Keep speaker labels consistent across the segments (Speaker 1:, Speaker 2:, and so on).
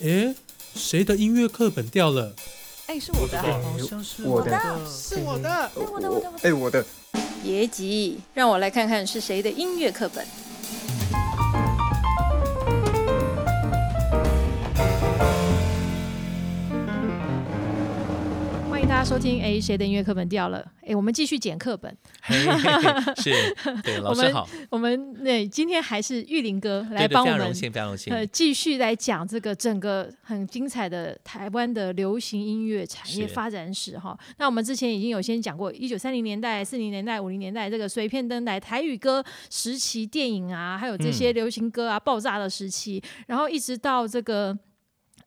Speaker 1: 诶，谁的音乐课本掉了？
Speaker 2: 哎，是我的啊，
Speaker 1: 好像是
Speaker 3: 我的
Speaker 1: 是我的。
Speaker 2: 哎，我的，我的，我的。
Speaker 3: 哎，我的，
Speaker 4: 别急，让我来看看是谁的音乐课本。
Speaker 2: 欢迎大家收听，哎，谁的音乐课本掉了？哎，我们继续捡课本。
Speaker 5: 嘿嘿嘿是， 对，老师好，
Speaker 2: 我们那今天还是玉林哥来
Speaker 5: 对对，
Speaker 2: 帮
Speaker 5: 非
Speaker 2: 我
Speaker 5: 常
Speaker 2: 们
Speaker 5: 荣幸，非常荣幸。
Speaker 2: 呃，继续来讲这个整个很精彩的台湾的流行音乐产业
Speaker 5: 是
Speaker 2: 发展史哈。那我们之前已经有先讲过，一九三零年代、四零年代、五零年代这个随便登来台语歌时期、电影啊，还有这
Speaker 5: 嗯
Speaker 2: 些流行歌啊、爆炸的时期，然后一直到这个。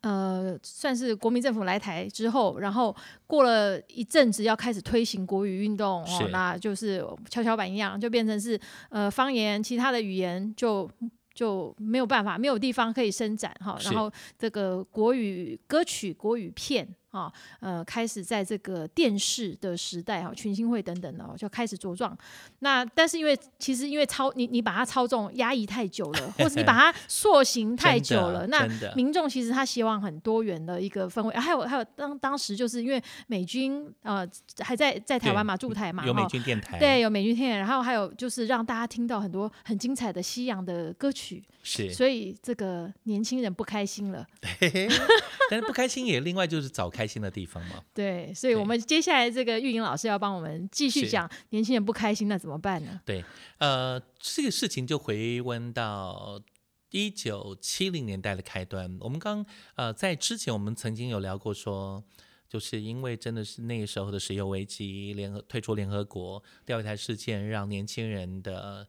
Speaker 2: 呃，算是国民政府来台之后，然后过了一阵子要开始推行国语运动哦
Speaker 5: 是，
Speaker 2: 那就是跷跷板一样，就变成是呃方言，其他的语言就就没有办法，没有地方可以伸展哈。
Speaker 5: 是
Speaker 2: 然后这个国语歌曲、国语片啊，呃，开始在这个电视的时代哈，群星会等等的哦就开始茁壮。那但是因为其实因为操你你把它操纵压抑太久了，或是你把它 塑形太久了，
Speaker 5: 真
Speaker 2: 那
Speaker 5: 的真的
Speaker 2: 民众其实他希望很多元的一个氛围，啊还有还有当当时就是因为美军呃还在在台湾嘛驻台嘛，
Speaker 5: 有
Speaker 2: 哈
Speaker 5: 美军电台，
Speaker 2: 对，，有美军天眼，然后还有就是让大家听到很多很精彩的西洋的歌曲，
Speaker 5: 是，
Speaker 2: 所以这个年轻人不开心了。
Speaker 5: 嘿嘿但是不开心也另外就是找开心的地方嘛。
Speaker 2: 对，所以我
Speaker 5: 对
Speaker 2: 们接下来这个玉莹老师要帮我们继续
Speaker 5: 是
Speaker 2: 讲年轻人不开心，那怎么办呢？
Speaker 5: 对，呃，这个事情就回温到一九七零年代的开端。我们刚呃在之前我们曾经有聊过说。就是因为真的是那个时候的石油危机，联合退出联合国钓鱼台事件，让年轻人的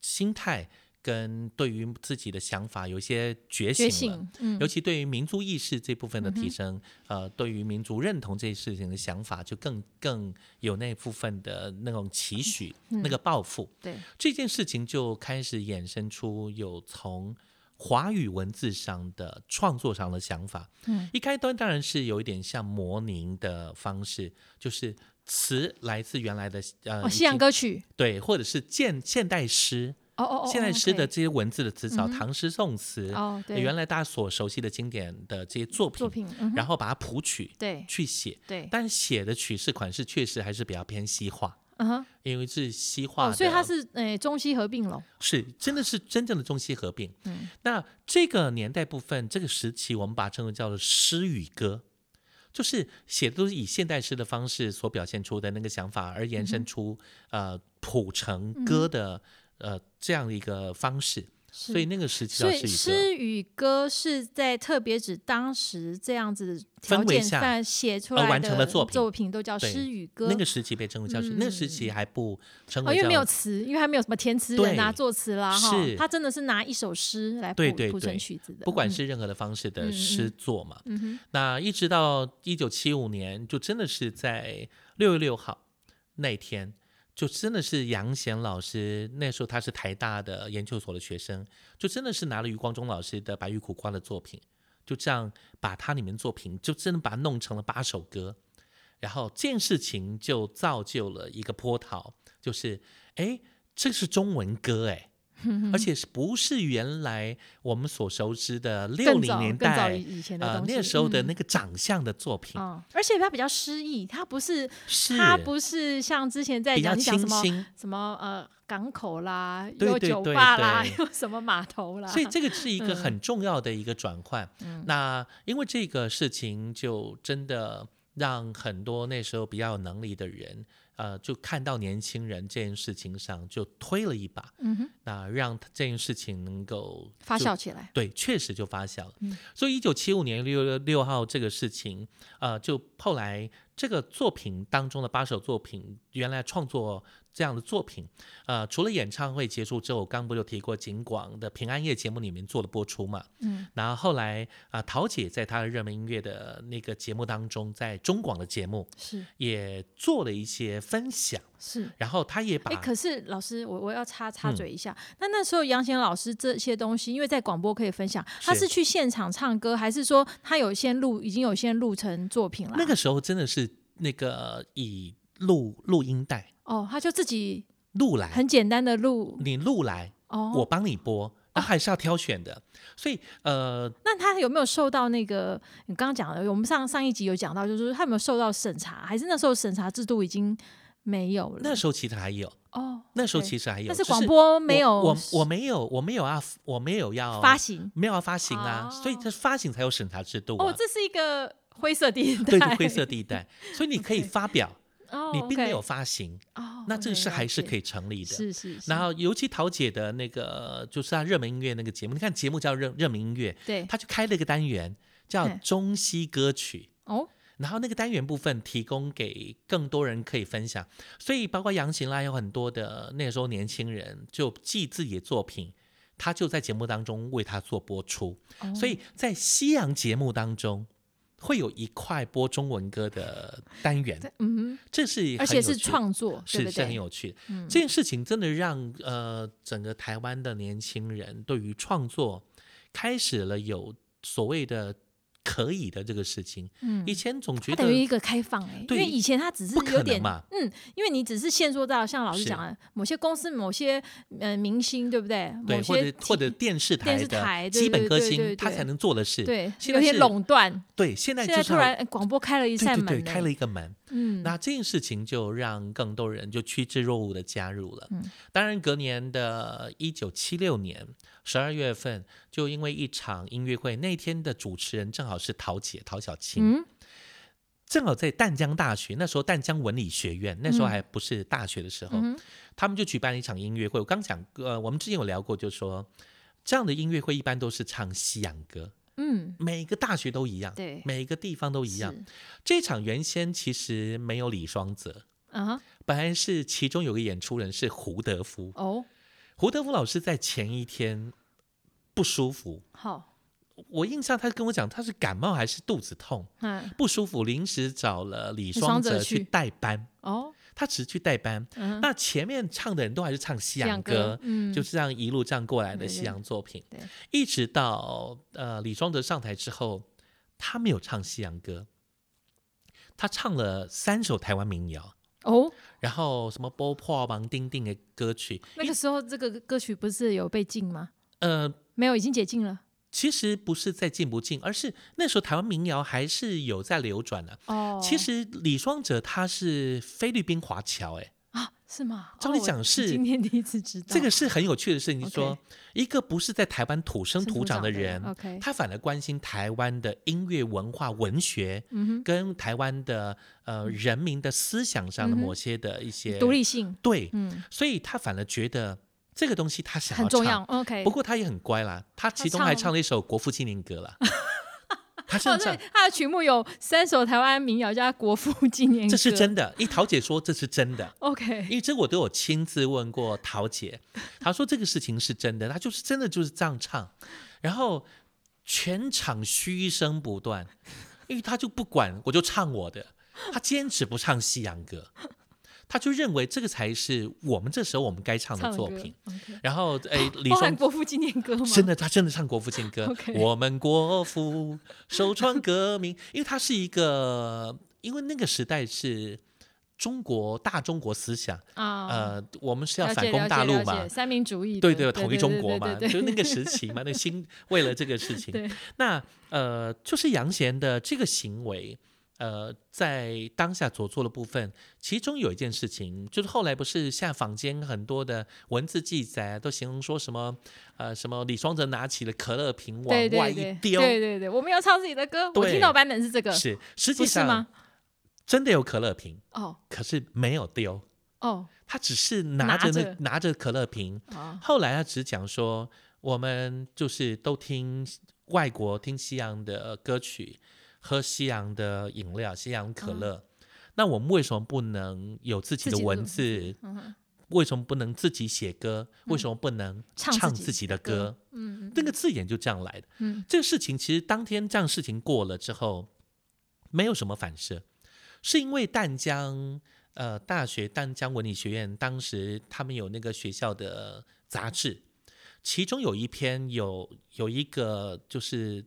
Speaker 5: 心态跟对于自己的想法有一些觉醒
Speaker 2: 觉
Speaker 5: 了。
Speaker 2: 醒，嗯
Speaker 5: 尤，其对于民族意识这部分的提升，呃，对于民族认同这些事情的想法，就更更有那部分的那种期许、
Speaker 2: 嗯
Speaker 5: 那个抱负。
Speaker 2: 对，
Speaker 5: 这件事情就开始衍生出有从华语文字上的创作上的想法。
Speaker 2: 嗯，
Speaker 5: 一开端当然是有一点像模拟的方式，就是词来自原来的呃、
Speaker 2: 哦，
Speaker 5: 已
Speaker 2: 西洋
Speaker 5: 经
Speaker 2: 歌曲，
Speaker 5: 对，或者是现现代诗。
Speaker 2: 哦哦哦，
Speaker 5: 现代
Speaker 2: 哦
Speaker 5: 诗的
Speaker 2: 对
Speaker 5: 这些文字的词藻，
Speaker 2: 嗯哼
Speaker 5: 唐诗、宋词，
Speaker 2: 哦，对，
Speaker 5: 原来大家所熟悉的经典的这些作品，
Speaker 2: 作品，嗯哼
Speaker 5: 然后把它谱曲
Speaker 2: 对
Speaker 5: 去写，
Speaker 2: 对，
Speaker 5: 但写的曲式款式确实还是比较偏西化，
Speaker 2: 嗯哼，
Speaker 5: 因为是西化的，
Speaker 2: 哦，所以它是诶中西合并了，
Speaker 5: 是真的是真正的中西合并。
Speaker 2: 嗯
Speaker 5: 那这个年代部分，这个时期我们把它称为叫做诗与歌。就是写的都是以现代诗的方式所表现出的那个想法，而延
Speaker 2: 嗯
Speaker 5: 伸出、呃谱成歌的、呃这样的一个方式，
Speaker 2: 是
Speaker 5: 所以那个时期
Speaker 2: 所
Speaker 5: 叫
Speaker 2: 以
Speaker 5: 诗与歌。
Speaker 2: 诗与歌是在特别指当时这样子条
Speaker 5: 氛围
Speaker 2: 件
Speaker 5: 下
Speaker 2: 下写出
Speaker 5: 而
Speaker 2: 来
Speaker 5: 完成的作品
Speaker 2: 作品都叫
Speaker 5: 对
Speaker 2: 诗与歌。嗯
Speaker 5: 那个时期被称为教师，那个时期还不称为
Speaker 2: 哦，
Speaker 5: 教
Speaker 2: 因为没有词，因为还没有什么填词人啊、
Speaker 5: 对
Speaker 2: 作词啦哈
Speaker 5: 是，
Speaker 2: 他真的是拿一首诗来谱
Speaker 5: 对对
Speaker 2: 谱成
Speaker 5: 对
Speaker 2: 曲子的。
Speaker 5: 不管
Speaker 2: 嗯
Speaker 5: 是任何的方式
Speaker 2: 嗯嗯
Speaker 5: 的
Speaker 2: 嗯
Speaker 5: 诗作嘛。
Speaker 2: 嗯哼
Speaker 5: 那一直到一九七五年，就真的是在六月六号那一天，就真的是杨贤老师，那时候他是台大的研究所的学生，就真的是拿了余光中老师的《白玉苦瓜》的作品，就这样把他里面作品就真的把它弄成了八首歌。然后这件事情就造就了一个波涛，就是哎，这是中文歌哎， 而且是不是原来我们所熟知的六
Speaker 2: 更早
Speaker 5: 零年
Speaker 2: 更早
Speaker 5: 代
Speaker 2: 以以前的
Speaker 5: 呃
Speaker 2: 东西，
Speaker 5: 那时候的
Speaker 2: 嗯
Speaker 5: 那个长相的作品，
Speaker 2: 嗯，而且它比较诗意，它不是
Speaker 5: 是
Speaker 2: 它不是像之前在
Speaker 5: 比较
Speaker 2: 讲你讲
Speaker 5: 清
Speaker 2: 什么
Speaker 5: 新，
Speaker 2: 什么呃港口啦，
Speaker 5: 对
Speaker 2: 又
Speaker 5: 对
Speaker 2: 酒
Speaker 5: 对
Speaker 2: 吧啦，
Speaker 5: 对
Speaker 2: 又什么码头啦，
Speaker 5: 所以这个是一个
Speaker 2: 嗯
Speaker 5: 很重要的一个转换。那因为这个事情，就真的让很多那时候比较有能力的人，呃，就看到年轻人这件事情上就推了一把，
Speaker 2: 嗯哼
Speaker 5: 那让这件事情能够
Speaker 2: 发
Speaker 5: 就
Speaker 2: 酵起来，
Speaker 5: 对，确实就发酵了。
Speaker 2: 嗯
Speaker 5: 所以一九七五年六月六号这个事情，呃，就后来这个作品当中的八首作品，原来创作这样的作品，呃，除了演唱会结束之后，我刚不就提过景广的平安夜节目里面做了播出嘛？
Speaker 2: 嗯，
Speaker 5: 然后后来啊、呃桃姐在她的热门音乐的那个节目当中，在中广的节目
Speaker 2: 是
Speaker 5: 也做了一些分享，
Speaker 2: 是。
Speaker 5: 然后她也把、
Speaker 2: 哎，可是老师，我我要插插
Speaker 5: 啊嗯
Speaker 2: 嘴一下。那那时候杨贤老师这些东西，因为在广播可以分享，他
Speaker 5: 是
Speaker 2: 是去现场唱歌，还是说他有先录，已经有先录成作品了？
Speaker 5: 那个时候真的是那个以录录音带
Speaker 2: 哦，他就自己
Speaker 5: 录来。
Speaker 2: 很简单的录
Speaker 5: 你录来，
Speaker 2: 哦，
Speaker 5: 嗯我帮你播，那还是要挑选的。所以呃，
Speaker 2: 那他有没有受到那个你刚刚讲的？我们上上一集有讲到，就是他有没有受到审查，还是那时候审查制度已经没有了？
Speaker 5: 那时候其实还有，
Speaker 2: 哦，
Speaker 5: 那时候
Speaker 2: OK
Speaker 5: 其实还有，
Speaker 2: 但
Speaker 5: 只
Speaker 2: 是广播没有
Speaker 5: 我我我没有我没有要我没有要
Speaker 2: 发行。
Speaker 5: 没有要发行啊，所以
Speaker 2: 哦
Speaker 5: 这发行才有审查制度啊。
Speaker 2: 哦，这是一个灰色地带，
Speaker 5: 对灰色地 带，所以你可以
Speaker 2: OK
Speaker 5: 发表，
Speaker 2: 哦，
Speaker 5: 你
Speaker 2: OK
Speaker 5: 并没有发行，
Speaker 2: 哦，
Speaker 5: 那这个是还是可
Speaker 2: 以
Speaker 5: 以成立的。
Speaker 2: 是是是，
Speaker 5: 然后，尤其桃姐的那个就是她热门音乐那个节目，你看节目叫热热门音乐，
Speaker 2: 对
Speaker 5: 她就开了一个单元叫
Speaker 2: 嗯
Speaker 5: 中西歌曲，
Speaker 2: 哦，
Speaker 5: 然后那个单元部分提供给更多人可以分享，所以包括杨琴啦，有很多的那个时候年轻人就记自己的作品，他就在节目当中为他做播出，
Speaker 2: 哦
Speaker 5: 所以在西洋节目当中会有一块播中文歌的单元，
Speaker 2: 这嗯哼，
Speaker 5: 这是很
Speaker 2: 而且
Speaker 5: 有
Speaker 2: 是
Speaker 5: 趣
Speaker 2: 创作，对
Speaker 5: 是
Speaker 2: 不
Speaker 5: 是很
Speaker 2: 对？
Speaker 5: 有趣的。
Speaker 2: 嗯
Speaker 5: 这件事情真的让呃整个台湾的年轻人对于创作开始了有所谓的可以的这个事情。
Speaker 2: 嗯
Speaker 5: 以前总觉
Speaker 2: 它
Speaker 5: 得
Speaker 2: 等于一个开放哎、因
Speaker 5: 对
Speaker 2: 为以前它只是
Speaker 5: 不可
Speaker 2: 有点
Speaker 5: 能嘛，
Speaker 2: 嗯，因为你只是限缩到像老师
Speaker 5: 是
Speaker 2: 讲的某些公司、某些呃明星，对不对？
Speaker 5: 对，
Speaker 2: 某
Speaker 5: 或
Speaker 2: 些
Speaker 5: 者或者
Speaker 2: 体
Speaker 5: 电视
Speaker 2: 电
Speaker 5: 台
Speaker 2: 视台
Speaker 5: 的
Speaker 2: 对
Speaker 5: 基本
Speaker 2: 对
Speaker 5: 歌
Speaker 2: 对对
Speaker 5: 星，他
Speaker 2: 对
Speaker 5: 才能做的事。
Speaker 2: 对
Speaker 5: 现在
Speaker 2: 有点
Speaker 5: 是
Speaker 2: 垄断，
Speaker 5: 对，现在
Speaker 2: 现
Speaker 5: 就
Speaker 2: 在
Speaker 5: 是
Speaker 2: 突
Speaker 5: 好
Speaker 2: 然呃广播开了一
Speaker 5: 对
Speaker 2: 扇
Speaker 5: 对
Speaker 2: 门、
Speaker 5: 对，开了
Speaker 2: 一
Speaker 5: 一个门。
Speaker 2: 嗯，
Speaker 5: 那这件事情就让更多人就趋之若鹜的加入了。
Speaker 2: 嗯
Speaker 5: 当然，隔年的一九七六年十二月份，就因为一场音乐会，那天的主持人正好是陶姐陶小青，
Speaker 2: 嗯
Speaker 5: 正好在淡江大学，那时候淡江文理学院，那时候
Speaker 2: 嗯
Speaker 5: 还不是大学的时候，
Speaker 2: 嗯哼
Speaker 5: 他们就举办了一场音乐会。我刚讲，呃，我们之前有聊过，就说这样的音乐会一般都是唱西洋歌，
Speaker 2: 嗯，
Speaker 5: 每个大学都一样，
Speaker 2: 对，
Speaker 5: 每个地方都一样
Speaker 2: 是。，
Speaker 5: 这场原先其实没有李双泽。
Speaker 2: 嗯哼，
Speaker 5: 本来是其中有个演出人是胡德夫，
Speaker 2: 哦，
Speaker 5: 胡德夫老师在前一天不舒服，
Speaker 2: 好，
Speaker 5: 我印象他跟我讲他是感冒还是肚子痛
Speaker 2: 嗯，
Speaker 5: 不舒服，临时找了李
Speaker 2: 双
Speaker 5: 双
Speaker 2: 泽
Speaker 5: 泽去
Speaker 2: 去
Speaker 5: 代班，
Speaker 2: 哦，
Speaker 5: 他只是去代班。
Speaker 2: 嗯哼，
Speaker 5: 那前面唱的人都还是唱西
Speaker 2: 这
Speaker 5: 洋
Speaker 2: 样歌，嗯，
Speaker 5: 就是这样一路这样过来的
Speaker 2: 对
Speaker 5: 西
Speaker 2: 对
Speaker 5: 洋作品，
Speaker 2: 对
Speaker 5: 一直到呃李双泽上台之后，他没有唱西洋歌，他唱了三首台湾民谣。
Speaker 2: 哦，
Speaker 5: 然后什么波破王丁丁的歌曲，
Speaker 2: 那个时候这个歌曲不是有被禁吗？
Speaker 5: 呃，
Speaker 2: 没有，已经解禁了。
Speaker 5: 其实不是在进不进，而是那时候台湾民谣还是有在流转的、
Speaker 2: 哦，
Speaker 5: 其实李双泽他是菲律宾华侨，哎，
Speaker 2: 啊，是吗？
Speaker 5: 照
Speaker 2: 哦
Speaker 5: 理
Speaker 2: 我
Speaker 5: 讲是
Speaker 2: 今天第一次知道
Speaker 5: 这个是很有趣的事情。你说
Speaker 2: 哦 OK
Speaker 5: 一个不是在台湾土生土长的人，
Speaker 2: ，OK，
Speaker 5: 他反而关心台湾的音乐文化、文学
Speaker 2: 嗯
Speaker 5: 跟台湾的呃人民的思想上的
Speaker 2: 嗯哼
Speaker 5: 某些的一些
Speaker 2: 哼，独立性，
Speaker 5: 对，
Speaker 2: 嗯，
Speaker 5: 所以他反而觉得这个东西他想
Speaker 2: 很
Speaker 5: 要
Speaker 2: 重
Speaker 5: 唱。
Speaker 2: 要，OK。
Speaker 5: 不过他也很乖啦，他其中
Speaker 2: 唱
Speaker 5: 还
Speaker 2: 了
Speaker 5: 唱了一首国父纪念歌 啦。他
Speaker 2: 哦，
Speaker 5: 甚至
Speaker 2: 对，他的曲目有三首台湾民谣加国父纪念歌，
Speaker 5: 这是真的，一桃姐说这是真的，因
Speaker 2: OK。
Speaker 5: 为这我都有亲自问过桃姐，她说这个事情是真的，她就是真的就是这样唱，然后全场嘘声不断，因为她就不管，我就唱我的，她坚持不唱西洋歌，她就认为这个才是我们这时候我们该唱
Speaker 2: 唱
Speaker 5: 的
Speaker 2: 的
Speaker 5: 作
Speaker 2: 歌
Speaker 5: 品。
Speaker 2: ，OK
Speaker 5: 然 后，哎，李
Speaker 2: 包
Speaker 5: 双
Speaker 2: 含国父纪念歌吗？
Speaker 5: 真的，他真的唱国父情歌。
Speaker 2: OK
Speaker 5: 我们国父首创革命，因为他是一个，因为那个时代是中国大中国思想，
Speaker 2: 啊，
Speaker 5: 呃，我们是要
Speaker 2: 了解
Speaker 5: 反攻大陆
Speaker 2: 了解了
Speaker 5: 嘛
Speaker 2: 解，三民主义的，
Speaker 5: 对
Speaker 2: 对
Speaker 5: 对，统一中国嘛，
Speaker 2: 对
Speaker 5: 就
Speaker 2: 对
Speaker 5: 那个时期 嘛，那新为了这个事情，
Speaker 2: 对，
Speaker 5: 那呃，就是杨贤的这个行为，呃，在当下所做的部分，其中有一件事情，就是后来不是下坊间很多的文字记载啊，都形容说什么呃什么李双泽拿起了可乐瓶往
Speaker 2: 对
Speaker 5: 外
Speaker 2: 对
Speaker 5: 一
Speaker 2: 对
Speaker 5: 丢，
Speaker 2: 对对对，我们要唱自己的歌，我
Speaker 5: 对
Speaker 2: 听到版本是这个，
Speaker 5: 是实
Speaker 2: 不
Speaker 5: 际
Speaker 2: 是
Speaker 5: 上
Speaker 2: 吗？
Speaker 5: 真的有可乐瓶，
Speaker 2: 哦
Speaker 5: 可是没有丢，
Speaker 2: 哦
Speaker 5: 他只是拿着那
Speaker 2: 拿着
Speaker 5: 拿着可乐瓶，
Speaker 2: 哦，
Speaker 5: 后来他只讲说，我们就是都听外国听西洋的歌曲，喝西洋的饮料，西洋可乐。那我们为什么不能有自己的
Speaker 2: 嗯自己的
Speaker 5: 文
Speaker 2: 文
Speaker 5: 字？
Speaker 2: 嗯哼
Speaker 5: 为什么不能自己写歌？为什么不能
Speaker 2: 嗯唱自
Speaker 5: 唱
Speaker 2: 己
Speaker 5: 自己的
Speaker 2: 歌
Speaker 5: 歌？
Speaker 2: 嗯
Speaker 5: 那个字眼就这样来的。
Speaker 2: 嗯
Speaker 5: 这个事情其实当天这样事情过了之后，没有什么反射，是因为淡江呃大学淡江文理学院当时他们有那个学校的杂志，其中有一篇有有一个就是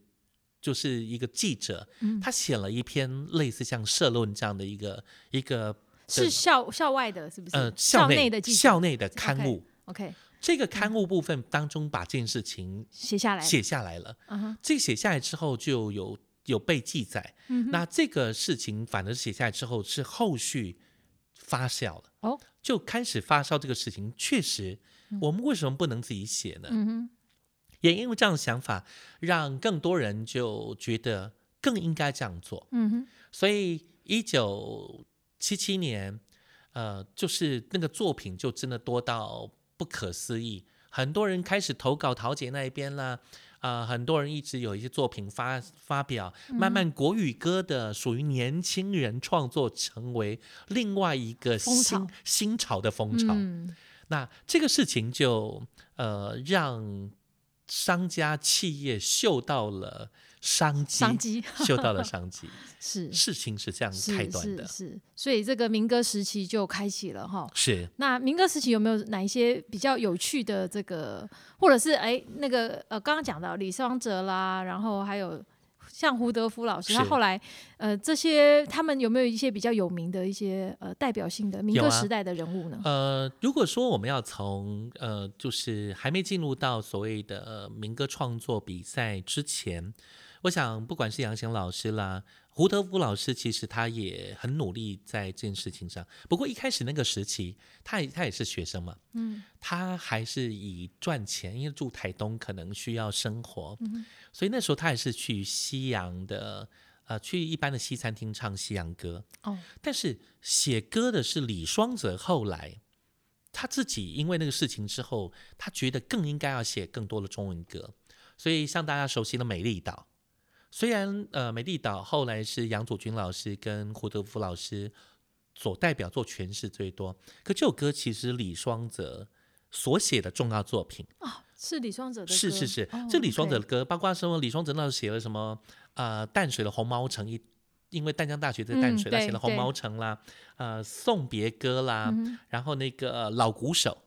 Speaker 5: 就是一个记者，
Speaker 2: 嗯，
Speaker 5: 他写了一篇类似像社论这样的一个一个
Speaker 2: 是校校外的，是不是？
Speaker 5: 呃
Speaker 2: 校
Speaker 5: 内
Speaker 2: 的记者
Speaker 5: 校内的刊物。
Speaker 2: ，OK，
Speaker 5: 这个刊物部分当中把这件事情
Speaker 2: 写下来了，
Speaker 5: 写下来了。
Speaker 2: 嗯哼
Speaker 5: 这个写下来之后就有有被记载，
Speaker 2: 嗯哼
Speaker 5: 那这个事情反而写下来之后是后续发酵了，
Speaker 2: 哦，
Speaker 5: 就开始发酵这个事情。确实，我们为什么不能自己写呢？
Speaker 2: 嗯哼，
Speaker 5: 也因为这样的想法，让更多人就觉得更应该这样做。
Speaker 2: 嗯哼，
Speaker 5: 所以，一九七七年，呃，就是那个作品就真的多到不可思议，很多人开始投稿桃姐那一边啦，啊、很多人一直有一些作品发发表，慢
Speaker 2: 嗯
Speaker 5: 慢国语歌的属于年轻人创作成为另外一个
Speaker 2: 风
Speaker 5: 新
Speaker 2: 潮
Speaker 5: 新潮的风潮。
Speaker 2: 嗯
Speaker 5: 那这个事情就呃让商家企业嗅到了商机，
Speaker 2: 商机
Speaker 5: 嗅到了商机。
Speaker 2: 是
Speaker 5: 事情是这样
Speaker 2: 是
Speaker 5: 开端
Speaker 2: 是
Speaker 5: 的，
Speaker 2: 是，所以这个民歌时期就开启了哈。
Speaker 5: 是
Speaker 2: 那民歌时期有没有哪一些比较有趣的这个，或者是哎那个呃刚刚讲到李双泽啦，然后还有像胡德夫老
Speaker 5: 是
Speaker 2: 师，他后来呃这些他们有没有一些比较有名的一些呃代表性的民
Speaker 5: 有
Speaker 2: 歌
Speaker 5: 啊
Speaker 2: 时代的人物呢？
Speaker 5: 呃，如果说我们要从呃，就是还没进入到所谓的、呃民歌创作比赛之前，我想不管是杨贤老师啦，胡德夫老师，其实他也很努力在这件事情上。不过一开始那个时期，他也他也是学生嘛，
Speaker 2: 嗯，
Speaker 5: 他还是以赚钱，因为住台东可能需要生活，
Speaker 2: 嗯
Speaker 5: 所以那时候他也是去西洋的。呃，去一般的西餐厅唱西洋歌，
Speaker 2: 哦，
Speaker 5: 但是写歌的是李双泽，后来他自己因为那个事情之后，他觉得更应该要写更多的中文歌，所以像大家熟悉的《美丽岛》，虽然呃《美丽岛》后来是杨祖君老师跟胡德夫老师所代表作诠释最多，可这首歌其实李双泽所写的重要作品。
Speaker 2: 是李双泽的歌，
Speaker 5: 是是是
Speaker 2: 哦，
Speaker 5: 这李双泽的
Speaker 2: OK
Speaker 5: 歌，包括什么？李双泽那时候写了什么？呃，淡水的红毛城一，因为淡江大学在淡
Speaker 2: 嗯
Speaker 5: 水，他写
Speaker 2: 对
Speaker 5: 了红
Speaker 2: 对
Speaker 5: 毛城啦，呃，送别歌
Speaker 2: 嗯
Speaker 5: 啦，然后那个呃老鼓手，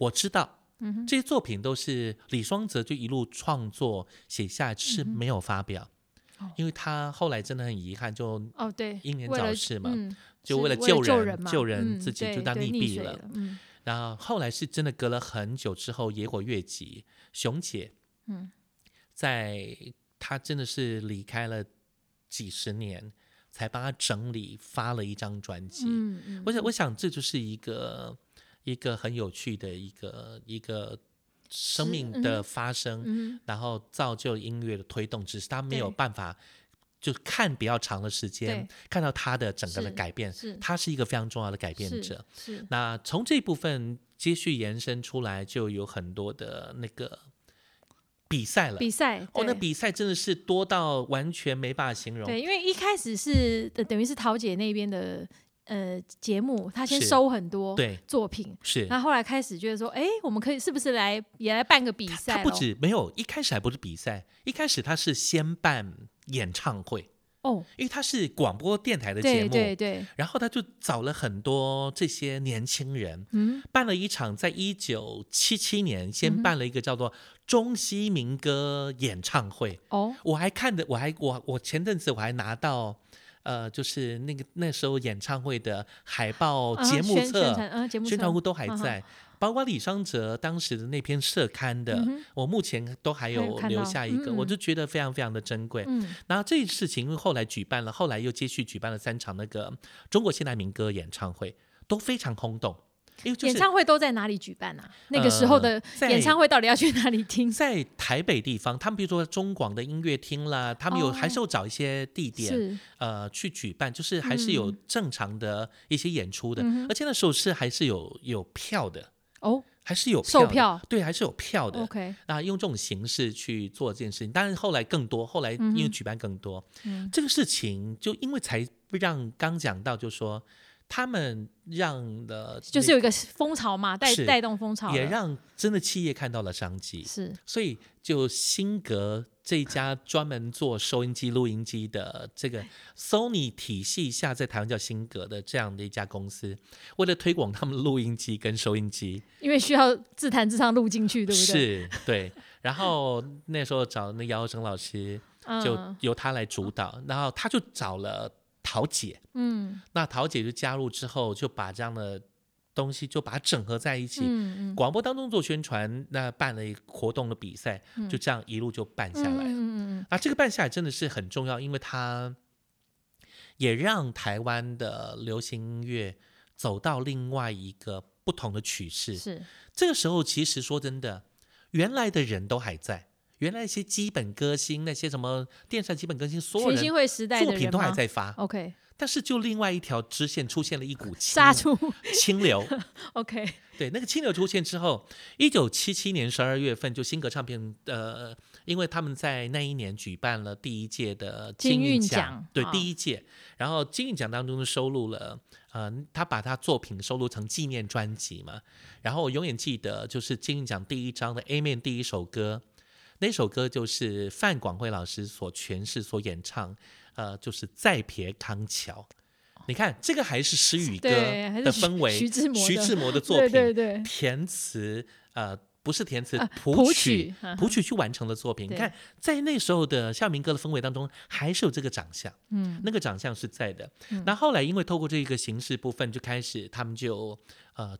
Speaker 5: 我知道，
Speaker 2: 嗯
Speaker 5: 这些作品都是李双泽就一路创作写下，是没有发表，
Speaker 2: 嗯哦
Speaker 5: 因为他后来真的很遗憾，就
Speaker 2: 哦，对，
Speaker 5: 英年
Speaker 2: 为
Speaker 5: 早
Speaker 2: 了
Speaker 5: 逝嘛
Speaker 2: 嗯
Speaker 5: 就是为了
Speaker 2: 为
Speaker 5: 救
Speaker 2: 救
Speaker 5: 人
Speaker 2: 嘛
Speaker 5: 救人
Speaker 2: 嗯
Speaker 5: 自己就
Speaker 2: 对
Speaker 5: 当
Speaker 2: 对
Speaker 5: 溺
Speaker 2: 溺
Speaker 5: 毙
Speaker 2: 水
Speaker 5: 了
Speaker 2: 嗯
Speaker 5: 然后后来是真的隔了很久之后，野火越级，熊姐，
Speaker 2: 嗯，
Speaker 5: 在她真的是离开了几十年，才帮她整理发了一张专辑。
Speaker 2: 嗯嗯，
Speaker 5: 我想，我想这就是一个一个很有趣的一个一个生
Speaker 2: 是
Speaker 5: 命
Speaker 2: 嗯
Speaker 5: 的
Speaker 2: 哼
Speaker 5: 发生，
Speaker 2: 嗯
Speaker 5: 然后造就音乐的推动，只是她没有
Speaker 2: 对
Speaker 5: 办法。就看比较长的时间
Speaker 2: 对，
Speaker 5: 看到她的整个的
Speaker 2: 是
Speaker 5: 改变，
Speaker 2: 是
Speaker 5: 她是一个非常重要的改变
Speaker 2: 是
Speaker 5: 者。
Speaker 2: 是
Speaker 5: 那从这部分接续延伸出来，就有很多的那个比赛了。
Speaker 2: 比赛
Speaker 5: 哦，那
Speaker 2: 对
Speaker 5: 比赛真的是多到完全没办法形容。
Speaker 2: 对，因为一开始是、呃、等于是桃姐那边的呃节目，她先
Speaker 5: 是
Speaker 2: 收很多
Speaker 5: 对
Speaker 2: 作品，
Speaker 5: 是
Speaker 2: 然后后来开始觉得说，哎，我们可以是不是来也来办个比赛
Speaker 5: 他不
Speaker 2: 咯
Speaker 5: 止没有，一开始还不是比赛，一开始他是先办演唱会，
Speaker 2: 哦，
Speaker 5: 因为他是广播电台的节
Speaker 2: 对
Speaker 5: 目，
Speaker 2: 对对，
Speaker 5: 然后他就找了很多这些年轻人，
Speaker 2: 嗯，
Speaker 5: 办了一场，在一九七七年先办了一个叫做中西民歌演唱会。
Speaker 2: 哦，
Speaker 5: 我还看的，我还我我前阵子我还拿到，呃，就是那个那时候演唱会的海报、
Speaker 2: 啊
Speaker 5: 哦节目
Speaker 2: 宣
Speaker 5: 册、
Speaker 2: 宣传啊节目册
Speaker 5: 宣传物都还
Speaker 2: 啊哈
Speaker 5: 在，包括李商哲当时的那篇社刊的，
Speaker 2: 嗯哼
Speaker 5: 我目前都还
Speaker 2: 还有
Speaker 5: 有
Speaker 2: 看
Speaker 5: 留
Speaker 2: 到
Speaker 5: 下一个，
Speaker 2: 嗯
Speaker 5: 我
Speaker 2: 嗯
Speaker 5: 就觉得非常非常的珍贵。
Speaker 2: 嗯，
Speaker 5: 然后这事情因为后来举办了，后来又接续举办了三场那个中国现代民歌演唱会，都非常轰动，因为就
Speaker 2: 演
Speaker 5: 是呃
Speaker 2: 唱会都在哪里举办啊？那个时候的
Speaker 5: 在
Speaker 2: 演唱会到底要去哪里听？
Speaker 5: 在台北地方，他们比如说中广的音乐厅啦，他们有、
Speaker 2: 哦
Speaker 5: 还是有找一些地点，
Speaker 2: 是
Speaker 5: 呃去举办，就是还是有
Speaker 2: 嗯
Speaker 5: 正常的一些演出的，
Speaker 2: 嗯哼
Speaker 5: 而且那时候是还是有有票的，
Speaker 2: 哦
Speaker 5: 还是有
Speaker 2: 售
Speaker 5: 的
Speaker 2: 票哦
Speaker 5: 对，还是有票的。
Speaker 2: ，OK，
Speaker 5: 那用这种形式去做这件事情，当然后来更多，后来
Speaker 2: 嗯
Speaker 5: 因
Speaker 2: 哼
Speaker 5: 为举办更多，
Speaker 2: 嗯
Speaker 5: 这个事情就因为才让刚讲到，就说他们让的
Speaker 2: 就是有一个风潮嘛，带
Speaker 5: 是
Speaker 2: 带动风潮了，
Speaker 5: 也让真的企业看到了商机，
Speaker 2: 是
Speaker 5: 所以就辛格这一家专门做收音机、录音机的这
Speaker 2: 哎
Speaker 5: 个 Sony 体系下，在台湾叫辛格的这样的一家公司，为了推广他们的录音机跟收音机，
Speaker 2: 因为需要自弹自唱录进去，对不对？
Speaker 5: 是对。然后那时候找那姚生老师，就
Speaker 2: 嗯
Speaker 5: 由他来主导，然后他就找了桃姐，
Speaker 2: 嗯
Speaker 5: 那桃姐就加入之后，就把这样的东西就把它整合在一起。
Speaker 2: 嗯嗯，
Speaker 5: 广播当中做宣传，那办了一个活动的比赛，就这样一路就办下来了。
Speaker 2: 嗯嗯嗯嗯
Speaker 5: 啊，这个办下来真的是很重要，因为它也让台湾的流行音乐走到另外一个不同的曲
Speaker 2: 嗯，
Speaker 5: 式。
Speaker 2: 是
Speaker 5: 这个时候，其实说真的，原来的人都还在，原来一些基本歌星，那些什么电视台基本歌星，所有
Speaker 2: 全新
Speaker 5: 人
Speaker 2: 会时代
Speaker 5: 作
Speaker 2: 的
Speaker 5: 品
Speaker 2: 人
Speaker 5: 都还
Speaker 2: 吗
Speaker 5: 在发，
Speaker 2: OK
Speaker 5: 但是就另外一条支线出现了一股清
Speaker 2: 杀出
Speaker 5: 清 流。
Speaker 2: OK
Speaker 5: 对，那个清流出现之后，一九七七年十二月份，就新格唱片，呃，因为他们在那一年举办了第一届的
Speaker 2: 金
Speaker 5: 金韵
Speaker 2: 韵
Speaker 5: 奖，
Speaker 2: 奖
Speaker 5: 对，
Speaker 2: 啊
Speaker 5: 第一届。然后金韵奖当中收录了，呃，他把他作品收录成纪念专辑嘛。然后我永远记得，就是金韵奖第一张的 A 面第一首歌，那首歌就是范广惠老师所诠释、所演唱，呃，就是《再别康桥》。你看，这个还是诗语歌
Speaker 2: 对，还
Speaker 5: 的
Speaker 2: 是徐
Speaker 5: 氛围，
Speaker 2: 徐志摩
Speaker 5: 徐
Speaker 2: 的
Speaker 5: 志摩的作
Speaker 2: 对
Speaker 5: 品，
Speaker 2: 对对，
Speaker 5: 填词，呃，不是填词
Speaker 2: 啊，
Speaker 5: 谱曲
Speaker 2: 曲，啊
Speaker 5: 谱曲去完成的作品。你
Speaker 2: 对
Speaker 5: 看，在那时候的校民歌的氛围当中，还是有这个长相，
Speaker 2: 嗯
Speaker 5: 那个长相是在的。那后来因为透过这个形式部分，就开始他们就呃。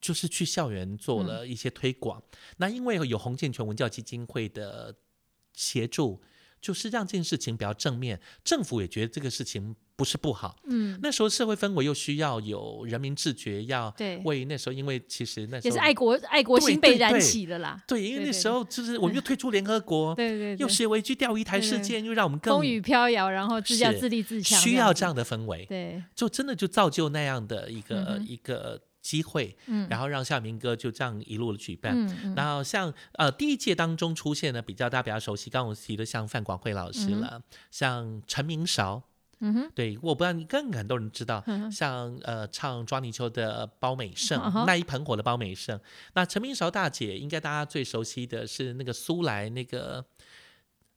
Speaker 5: 就是去校园做了
Speaker 2: 嗯
Speaker 5: 一些推广，那因为有洪建全文教基金会的协助，就是让这件事情比较正面，政府也觉得这个事情不是不好。
Speaker 2: 嗯，
Speaker 5: 那时候社会氛围又需要有人民自觉，要
Speaker 2: 对，
Speaker 5: 为那时候，因为其实那时候
Speaker 2: 也是爱国爱国
Speaker 5: 对
Speaker 2: 心
Speaker 5: 对
Speaker 2: 被燃
Speaker 5: 对
Speaker 2: 起了啦，
Speaker 5: 对，因为
Speaker 2: 对
Speaker 5: 那
Speaker 2: 对嗯
Speaker 5: 时候就是我们又退出联合国，
Speaker 2: 对对
Speaker 5: 又
Speaker 2: 对，
Speaker 5: 学危机钓鱼台事
Speaker 2: 对对
Speaker 5: 件，又让我们更
Speaker 2: 风雨飘摇，然后自要
Speaker 5: 是
Speaker 2: 自立自强，
Speaker 5: 需要这
Speaker 2: 样
Speaker 5: 样的氛围
Speaker 2: 子，，对，
Speaker 5: 就真的就造就那样的一个、呃
Speaker 2: 嗯哼
Speaker 5: 一个机会，
Speaker 2: 嗯，
Speaker 5: 然
Speaker 2: 后
Speaker 5: 后让夏明哥就这样一路的举办。
Speaker 2: 嗯嗯
Speaker 5: 然后像呃第一届当中出现的比较大家比较熟悉，刚刚我提的像范广惠老师
Speaker 2: 嗯哼
Speaker 5: 了，像陈明韶，
Speaker 2: 嗯哼
Speaker 5: 对，我不知道你更很多人知道，
Speaker 2: 嗯哼
Speaker 5: 像呃唱抓泥鳅的包美胜、
Speaker 2: 嗯哼
Speaker 5: 那一盆火的包美胜，那陈明韶大姐应该大家最熟悉的是那个苏来那个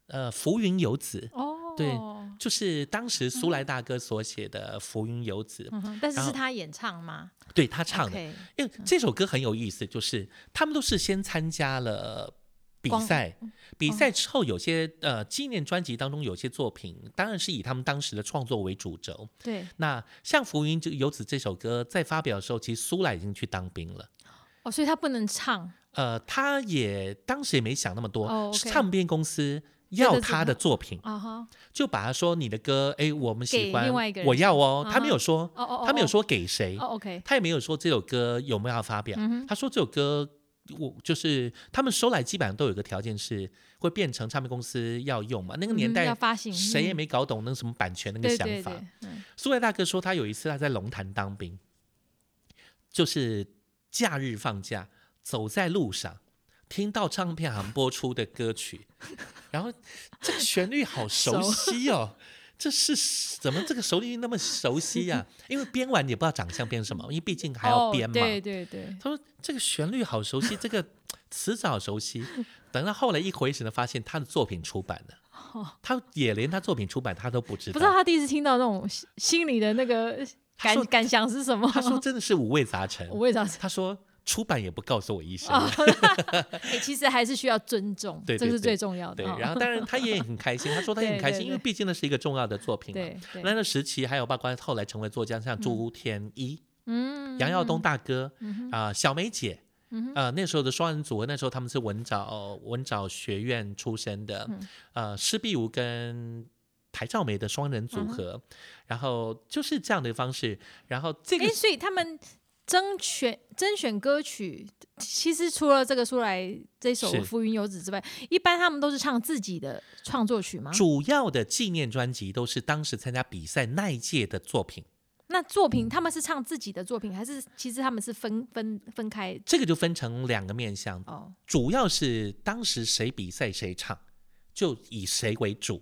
Speaker 5: 呃浮云游子，
Speaker 2: 哦
Speaker 5: 对就是当时苏来大哥所写的《浮云游子》
Speaker 2: 嗯哼，但是
Speaker 5: 然
Speaker 2: 是
Speaker 5: 后
Speaker 2: 他演唱吗？
Speaker 5: 对他唱的，
Speaker 2: OK，嗯
Speaker 5: 因为这首歌很有意思，就是他们都是先参加了。比
Speaker 2: 光嗯哦
Speaker 5: 赛，比赛之后有些呃纪念专辑当中有些作品，当然是以他们当时的创作为主轴。
Speaker 2: 对，
Speaker 5: 那像《浮云游子》这首歌在发表的时候，其实苏来已经去当兵了。
Speaker 2: 哦，所以他不能唱，
Speaker 5: 呃，他也当时也没想那么多，
Speaker 2: 哦，OK
Speaker 5: 是唱片公司
Speaker 2: 这
Speaker 5: 要
Speaker 2: 个是
Speaker 5: 他的作品，
Speaker 2: 啊哈，
Speaker 5: 就把他说你的歌，哎，我们喜
Speaker 2: 给
Speaker 5: 欢
Speaker 2: 另外一个，人
Speaker 5: 我要哦。
Speaker 2: 唱
Speaker 5: 他没有说，
Speaker 2: 哦哦哦，
Speaker 5: 他没有
Speaker 2: 哦，
Speaker 5: 说给谁，
Speaker 2: 哦，OK，
Speaker 5: 他也没有说这首歌有没有要发表。
Speaker 2: 嗯哼，
Speaker 5: 他说这首歌。我就是他们收来基本上都有一个条件是会变成唱片公司要用嘛，那个年
Speaker 2: 嗯要
Speaker 5: 代
Speaker 2: 发行，
Speaker 5: 谁也
Speaker 2: 嗯
Speaker 5: 没搞懂那什么版权那个
Speaker 2: 对
Speaker 5: 想
Speaker 2: 对
Speaker 5: 法
Speaker 2: 对，，嗯
Speaker 5: 苏来大哥说，他有一次他在龙潭当兵，就是假日放假，走在路上，听到唱片行播出的歌曲，然后这个旋律好熟悉哦。这是怎么这个旋律那么熟悉呀、因为编完也不知道长相编什么，因为毕竟还要
Speaker 2: 哦
Speaker 5: 编嘛。
Speaker 2: 对对对，
Speaker 5: 他说这个旋律好熟悉，这个词藻熟悉。等到后来一回神呢，发现他的作品出版了，他也连他作品出版他都不知
Speaker 2: 哦不
Speaker 5: 道
Speaker 2: 知。道他第一次听到那种心心里的那个
Speaker 5: 他说
Speaker 2: 感感想是什么？
Speaker 5: 他说真的是五味杂陈。
Speaker 2: 我为啥？
Speaker 5: 他说出版也不告诉我一声。
Speaker 2: 啊，哎其实还是需要尊重，
Speaker 5: 对对
Speaker 2: 这是
Speaker 5: 对
Speaker 2: 最重要的。
Speaker 5: 对，
Speaker 2: 哦
Speaker 5: 然后当然他也很开心，他说他也很开心，
Speaker 2: 对对对
Speaker 5: 因为毕竟那是一个重要的作品嘛。
Speaker 2: 对对，
Speaker 5: 那个时期还有包括后来成为作家，像朱天一、
Speaker 2: 嗯
Speaker 5: 杨耀东大哥
Speaker 2: 嗯哼
Speaker 5: 啊、小梅姐
Speaker 2: 嗯哼。
Speaker 5: 啊、那时候的双人组合，那时候他们是文藻文藻学院出身的，
Speaker 2: 嗯
Speaker 5: 呃，施碧梧跟台照梅的双人
Speaker 2: 嗯
Speaker 5: 组合，然后就是这样的方式，然后这个
Speaker 2: 哎，所以他们征选甄选歌曲，其实除了这个出来这首
Speaker 5: 是
Speaker 2: 《浮云游子》之外，一般他们都是唱自己的创作曲吗？
Speaker 5: 主要的纪念专辑都是当时参加比赛那一届的作品。
Speaker 2: 那作
Speaker 5: 嗯
Speaker 2: 品他们是唱自己的作品，还是其实他们是分分分开？
Speaker 5: 这个就分成两个面向，
Speaker 2: 哦，
Speaker 5: 主要是当时谁比赛谁唱，就以谁为主，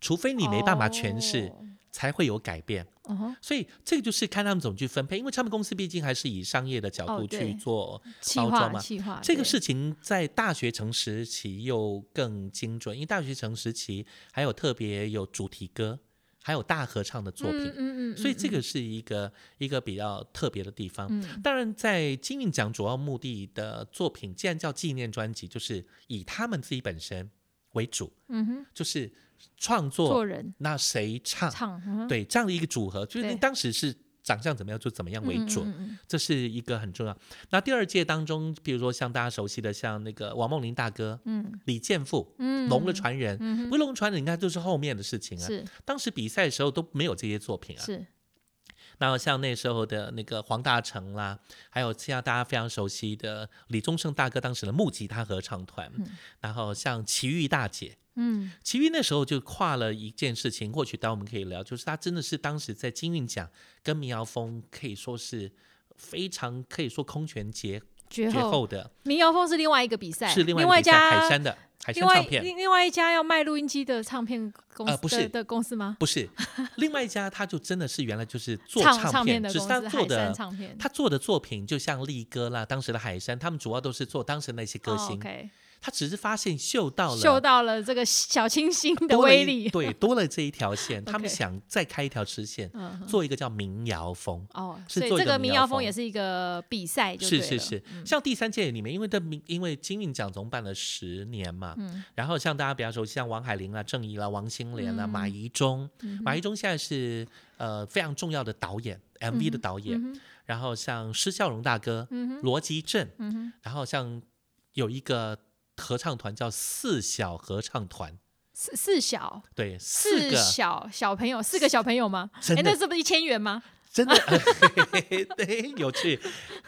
Speaker 5: 除非你没办法诠释，
Speaker 2: 哦
Speaker 5: 才会有改变。
Speaker 2: 嗯哼
Speaker 5: 所以这个就是看他们怎么去分配，因为唱片公司毕竟还是以商业的角度
Speaker 2: 哦对
Speaker 5: 去做。
Speaker 2: 企
Speaker 5: 包装
Speaker 2: 划
Speaker 5: 嘛
Speaker 2: 企划，
Speaker 5: 这个
Speaker 2: 对
Speaker 5: 事情在大学城时期又更精准，因为大学城时期还有特别有主题歌，还有大合唱的作品
Speaker 2: 嗯，嗯嗯，
Speaker 5: 所以
Speaker 2: 嗯
Speaker 5: 这个是一个一个比较特别的地方。
Speaker 2: 嗯
Speaker 5: 当然，在金韵奖主要目的的作品，既然叫纪念专辑，就是以他们自己本身为主，
Speaker 2: 嗯哼，
Speaker 5: 就是创
Speaker 2: 做
Speaker 5: 作，
Speaker 2: 人
Speaker 5: 那谁唱，
Speaker 2: 唱，嗯哼
Speaker 5: 对这样的一个组合，就是
Speaker 2: 对
Speaker 5: 当时是长相怎么样就怎么样为准。
Speaker 2: 嗯嗯嗯嗯
Speaker 5: 这是一个很重要。那第二届当中，比如说像大家熟悉的，像那个王梦麟大哥、
Speaker 2: 嗯
Speaker 5: 李健富、
Speaker 2: 嗯
Speaker 5: 龙的传人，
Speaker 2: 嗯
Speaker 5: 不是龙的传人应该就是后面的事情啊。
Speaker 2: 是
Speaker 5: 当时比赛的时候都没有这些作品啊。
Speaker 2: 是
Speaker 5: 然后像那时候的那个黄大成啦，还有现在大家非常熟悉的李宗盛大哥当时的木吉他合唱团，然后像齐豫大姐，
Speaker 2: 嗯
Speaker 5: 齐豫那时候就跨了一件事情，或许待我们可以聊，就是他真的是当时在金韵奖跟民谣风可以说是非常可以说空前绝
Speaker 2: 绝
Speaker 5: 绝
Speaker 2: 后
Speaker 5: 后的，
Speaker 2: 民谣风是另外一个比赛，
Speaker 5: 是另外
Speaker 2: 外
Speaker 5: 一
Speaker 2: 一
Speaker 5: 家
Speaker 2: 家
Speaker 5: 海山的海
Speaker 2: 另
Speaker 5: 山
Speaker 2: 外
Speaker 5: 唱片，
Speaker 2: 另另外一家要卖录音机的唱片公司、
Speaker 5: 呃不是
Speaker 2: 的的公司吗？
Speaker 5: 不是另外一家，他就真的是原来就是做
Speaker 2: 唱
Speaker 5: 片，
Speaker 2: 片的
Speaker 5: 只
Speaker 2: 公
Speaker 5: 是他
Speaker 2: 司
Speaker 5: 做
Speaker 2: 海山
Speaker 5: 的
Speaker 2: 唱片，
Speaker 5: 他做的作品就像力哥啦，当时的海山，他们主要都是做当时那些歌
Speaker 2: 哦
Speaker 5: 星，
Speaker 2: ，OK
Speaker 5: 他只是发现嗅到了
Speaker 2: 嗅到了这个小清新的
Speaker 5: 多了一
Speaker 2: 威力，
Speaker 5: 对，多了这一条线，他们
Speaker 2: OK
Speaker 5: 想再开一条支线，
Speaker 2: 嗯，
Speaker 5: 做一个叫民谣风。
Speaker 2: 哦，
Speaker 5: 是
Speaker 2: 所以
Speaker 5: 做一
Speaker 2: 这
Speaker 5: 个
Speaker 2: 个
Speaker 5: 民
Speaker 2: 民
Speaker 5: 谣
Speaker 2: 谣
Speaker 5: 风
Speaker 2: 风也是一个比赛就对
Speaker 5: 是
Speaker 2: 了，嗯
Speaker 5: 是是，像第三届里面，因为的民，因为金韵奖总办了十年嘛，
Speaker 2: 嗯
Speaker 5: 然后像大家比较熟悉，像王海玲啦、啊郑怡啦、王心莲啦、啊
Speaker 2: 嗯
Speaker 5: 马怡中，马怡中现在是呃非常重要的导演，MV 的导演，
Speaker 2: 嗯哼
Speaker 5: 然后像施孝荣大哥、
Speaker 2: 嗯哼
Speaker 5: 罗吉正，
Speaker 2: 嗯哼，
Speaker 5: 然后像有一个合唱团叫四小合唱团，
Speaker 2: 四四小
Speaker 5: 对，四个
Speaker 2: 小小朋友，四个小朋友吗？
Speaker 5: 真
Speaker 2: 哎，
Speaker 5: 的
Speaker 2: 那这不是一千元吗？
Speaker 5: 真的， 对，有趣，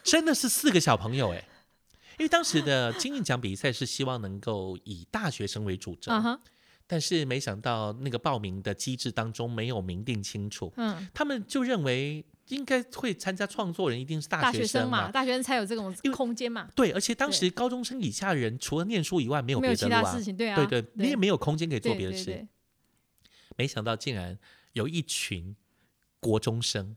Speaker 5: 真的是四个小朋友哎、因为当时的金韵奖比赛是希望能够以大学生为主轴，
Speaker 2: 嗯哼，
Speaker 5: 但是没想到那个报名的机制当中没有明定清楚，
Speaker 2: 嗯，
Speaker 5: 他们就认为应该会参加创作人一定是大
Speaker 2: 大
Speaker 5: 学
Speaker 2: 学
Speaker 5: 生
Speaker 2: 生嘛，大学生才有这种
Speaker 5: 因为
Speaker 2: 空间嘛，
Speaker 5: 对，而且当时高中生以下人除了念书以外没有
Speaker 2: 没
Speaker 5: 别
Speaker 2: 有
Speaker 5: 的
Speaker 2: 其
Speaker 5: 路
Speaker 2: 他
Speaker 5: 啊
Speaker 2: 事，情，对啊，
Speaker 5: 对对，你也没有空间可以做
Speaker 2: 对
Speaker 5: 别的
Speaker 2: 对
Speaker 5: 事。
Speaker 2: 对
Speaker 5: 没想到竟然有一群国中生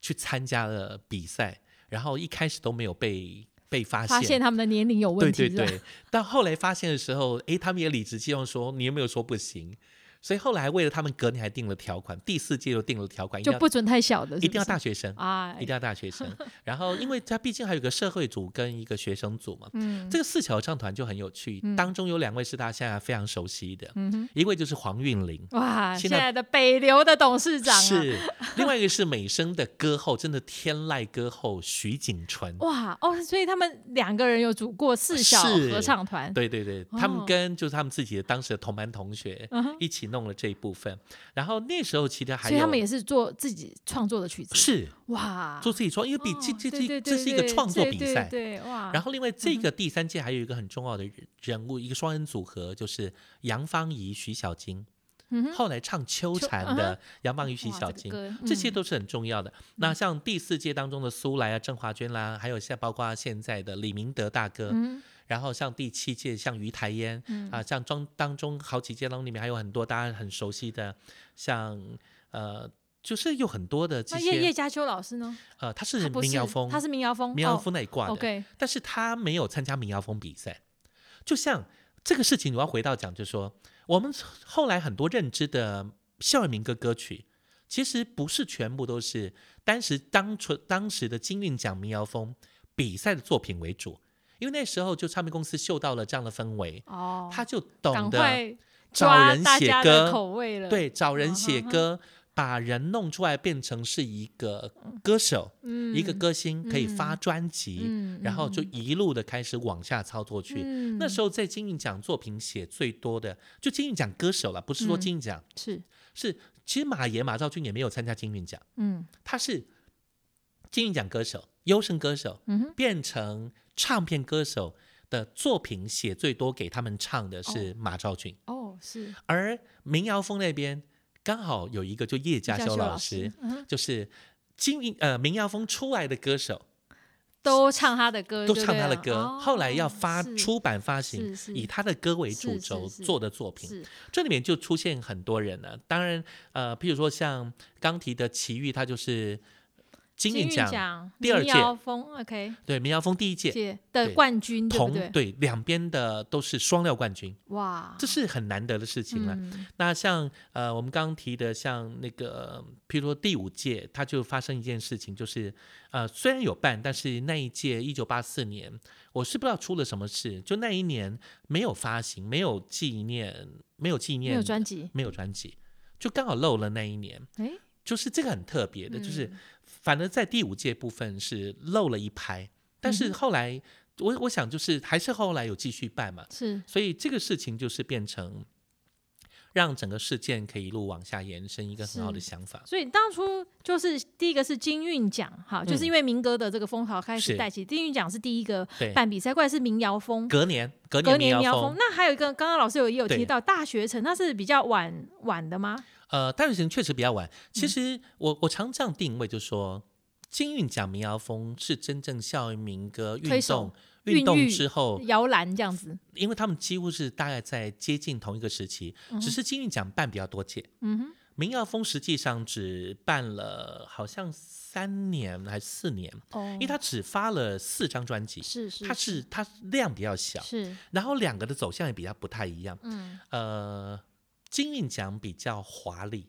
Speaker 5: 去参加了比赛，然后一开始都没有被被发现。
Speaker 2: 发现他们的年龄有问
Speaker 5: 对
Speaker 2: 题，
Speaker 5: 对
Speaker 2: 是吧？
Speaker 5: 对，但后来发现的时候，诶，他们也理直气壮说：“你有没有说不行？”所以后来为了他们，隔年还定了条款，第四届又定了条款，一定
Speaker 2: 就
Speaker 5: 要
Speaker 2: 不准太小的，
Speaker 5: 一定要
Speaker 2: 是不
Speaker 5: 大
Speaker 2: 是
Speaker 5: 学生，
Speaker 2: 啊，
Speaker 5: 一定要大学 生。然后，因为他毕竟还有一个社会组跟一个学生组嘛，
Speaker 2: 嗯
Speaker 5: 这个四小合唱团就很有趣，当中有两位是大家现在非常熟悉的，
Speaker 2: 嗯哼，
Speaker 5: 一位就是黄韵玲，
Speaker 2: 哇，
Speaker 5: 现
Speaker 2: 现
Speaker 5: 在
Speaker 2: 在的北流的董事长啊，
Speaker 5: 是，另外一个是美声的歌后，真的天籁歌后徐锦纯。
Speaker 2: 哇哦，所以他们两个人有组过四小
Speaker 5: 啊是
Speaker 2: 合唱团，
Speaker 5: 对对对，他们
Speaker 2: 哦
Speaker 5: 跟就是他们自己的当时的同班同学
Speaker 2: 嗯哼
Speaker 5: 一起弄了这一部分，然后那时候其实还
Speaker 2: 所以
Speaker 5: 有
Speaker 2: 他们也是做自己创作的曲子，
Speaker 5: 是
Speaker 2: 哇，
Speaker 5: 做自己创，因为比这
Speaker 2: 哦
Speaker 5: 这
Speaker 2: 对
Speaker 5: 这
Speaker 2: 对
Speaker 5: 这
Speaker 2: 对
Speaker 5: 是一个
Speaker 2: 对
Speaker 5: 创作
Speaker 2: 对
Speaker 5: 比
Speaker 2: 对
Speaker 5: 赛。
Speaker 2: 对嗯哇，
Speaker 5: 然后另外这个第三届还有一个很重要的人人物，一个双人组合，就是杨芳怡、徐小菁。
Speaker 2: 嗯哼
Speaker 5: 后来唱《秋
Speaker 2: 秋
Speaker 5: 蝉》
Speaker 2: 嗯哼
Speaker 5: 的杨芳怡、徐
Speaker 2: 哇
Speaker 5: 小菁，
Speaker 2: 这个歌
Speaker 5: 这些
Speaker 2: 嗯
Speaker 5: 都是很重要的。那像第四届当中的苏来啊、郑华娟啦，还有像包括现在的李明德大哥，
Speaker 2: 嗯
Speaker 5: 然后像第七届像于台烟
Speaker 2: 嗯
Speaker 5: 啊，像中当中好几届当中里面还有很多大家很熟悉的，像呃，就是有很多的这
Speaker 2: 那啊叶叶
Speaker 5: 些
Speaker 2: 嘉秋老师呢？
Speaker 5: 呃，他
Speaker 2: 他
Speaker 5: 是
Speaker 2: 不
Speaker 5: 民谣风，
Speaker 2: 他是民谣风，
Speaker 5: 民谣风那一挂
Speaker 2: 哦
Speaker 5: 的，
Speaker 2: ，OK，
Speaker 5: 但是他没有参加民谣风比赛。就像这个事情，我要回到讲，就是说我们后来很多认知的校园民歌歌曲，其实不是全部都是当时当初当时的金韵奖民谣风比赛的作品为主，因为那时候就唱片公司嗅到了这样的氛围，
Speaker 2: 哦，
Speaker 5: 他就
Speaker 2: 赶
Speaker 5: 懂得
Speaker 2: 快
Speaker 5: 找
Speaker 2: 抓
Speaker 5: 人
Speaker 2: 大
Speaker 5: 写
Speaker 2: 家的
Speaker 5: 歌，
Speaker 2: 口味了，，
Speaker 5: 对，找人写
Speaker 2: 嗯哼哼
Speaker 5: 歌，把人弄出来变成是一个歌手，
Speaker 2: 嗯，
Speaker 5: 一个歌星可以发
Speaker 2: 嗯
Speaker 5: 专辑，
Speaker 2: 嗯，
Speaker 5: 然后就一路的开始往下操作去。
Speaker 2: 嗯，
Speaker 5: 那时候在金韵奖作品写最多的，就金韵奖歌手了，不是说
Speaker 2: 嗯
Speaker 5: 金韵奖，
Speaker 2: 是，
Speaker 5: 是其实马爷马兆军也没有参加金韵奖，
Speaker 2: 嗯
Speaker 5: 他是金韵奖歌手、优胜歌手，
Speaker 2: 嗯哼，
Speaker 5: 变成唱片歌手的作品写最多，给他们唱的是马兆军，
Speaker 2: 哦，是
Speaker 5: 而民谣风那边刚好有一个就叶嘉
Speaker 2: 叶
Speaker 5: 修
Speaker 2: 老
Speaker 5: 老师，，
Speaker 2: 嗯哼
Speaker 5: 就是金韵呃民谣风出来的歌手。
Speaker 2: 都唱他的歌
Speaker 5: 都
Speaker 2: 就对了，哦
Speaker 5: 唱他的歌，后来要发
Speaker 2: 是
Speaker 5: 出版发行
Speaker 2: 是，是
Speaker 5: 以他的歌为主
Speaker 2: 嗯是
Speaker 5: 轴
Speaker 2: 是是
Speaker 5: 做的作品，
Speaker 2: 是
Speaker 5: 这里面就出现很多人了。当然，呃，譬如说像刚提的齐豫，他就是金韵奖
Speaker 2: 奖
Speaker 5: 第二
Speaker 2: 民
Speaker 5: 届
Speaker 2: 谣风 OK
Speaker 5: 对民谣风第一届
Speaker 2: 届的
Speaker 5: 对
Speaker 2: 冠军，对不
Speaker 5: 同
Speaker 2: 对？
Speaker 5: 两边的都是双料冠军，
Speaker 2: 哇，
Speaker 5: 这是很难得的事情了。
Speaker 2: 哦嗯
Speaker 5: 那像呃我们刚刚提的，像那个譬如说第五届，它就发生一件事情，就是呃虽然有办，但是那一届一九八四年，我是不知道出了什么事，就那一年没有发行，没有纪念，没有纪
Speaker 2: 没
Speaker 5: 念，
Speaker 2: 有专辑，
Speaker 5: 没有专辑，就刚好漏了那一年。
Speaker 2: 哎，
Speaker 5: 就是这个很特别的，
Speaker 2: 嗯
Speaker 5: 就是反而在第五届部分是漏了一拍，但
Speaker 2: 嗯
Speaker 5: 是后来我我想就是还是后来有继续办嘛，
Speaker 2: 是
Speaker 5: 所以这个事情就是变成让整个事件可以一路往下延伸，一个很好的
Speaker 2: 是
Speaker 5: 想法。
Speaker 2: 所以当初就是第一个是金韵奖，哈，就是因为民歌的这个风潮开
Speaker 5: 嗯
Speaker 2: 始
Speaker 5: 是
Speaker 2: 带起，金韵奖是第一个
Speaker 5: 对，
Speaker 2: 办比赛，过来是民谣风。
Speaker 5: 隔年隔
Speaker 2: 隔
Speaker 5: 年民
Speaker 2: 民
Speaker 5: 谣
Speaker 2: 谣
Speaker 5: 风，
Speaker 2: 那还有一个，刚刚老师有也有提
Speaker 5: 对
Speaker 2: 到大学城，那是比较晚晚的吗？
Speaker 5: 呃，大学城确实比较晚。其
Speaker 2: 嗯
Speaker 5: 实我我常这样定位，就说金韵奖民谣风是真正校园民歌
Speaker 2: 推
Speaker 5: 运
Speaker 2: 手
Speaker 5: 动
Speaker 2: 孕
Speaker 5: 运动
Speaker 2: 育
Speaker 5: 之后，
Speaker 2: 摇篮这样子，
Speaker 5: 因为他们几乎是大概在接近同一个时期，只是金韵奖办比较多届。
Speaker 2: 嗯哼，
Speaker 5: 民谣风实际上只办了好像三年还是四年，
Speaker 2: 哦
Speaker 5: 因为它只发了四张专辑，
Speaker 2: 是是
Speaker 5: 它是它量比较小，
Speaker 2: 是，
Speaker 5: 然后两个的走向也比较不太一样。
Speaker 2: 嗯，
Speaker 5: 呃，金韵奖比较华丽，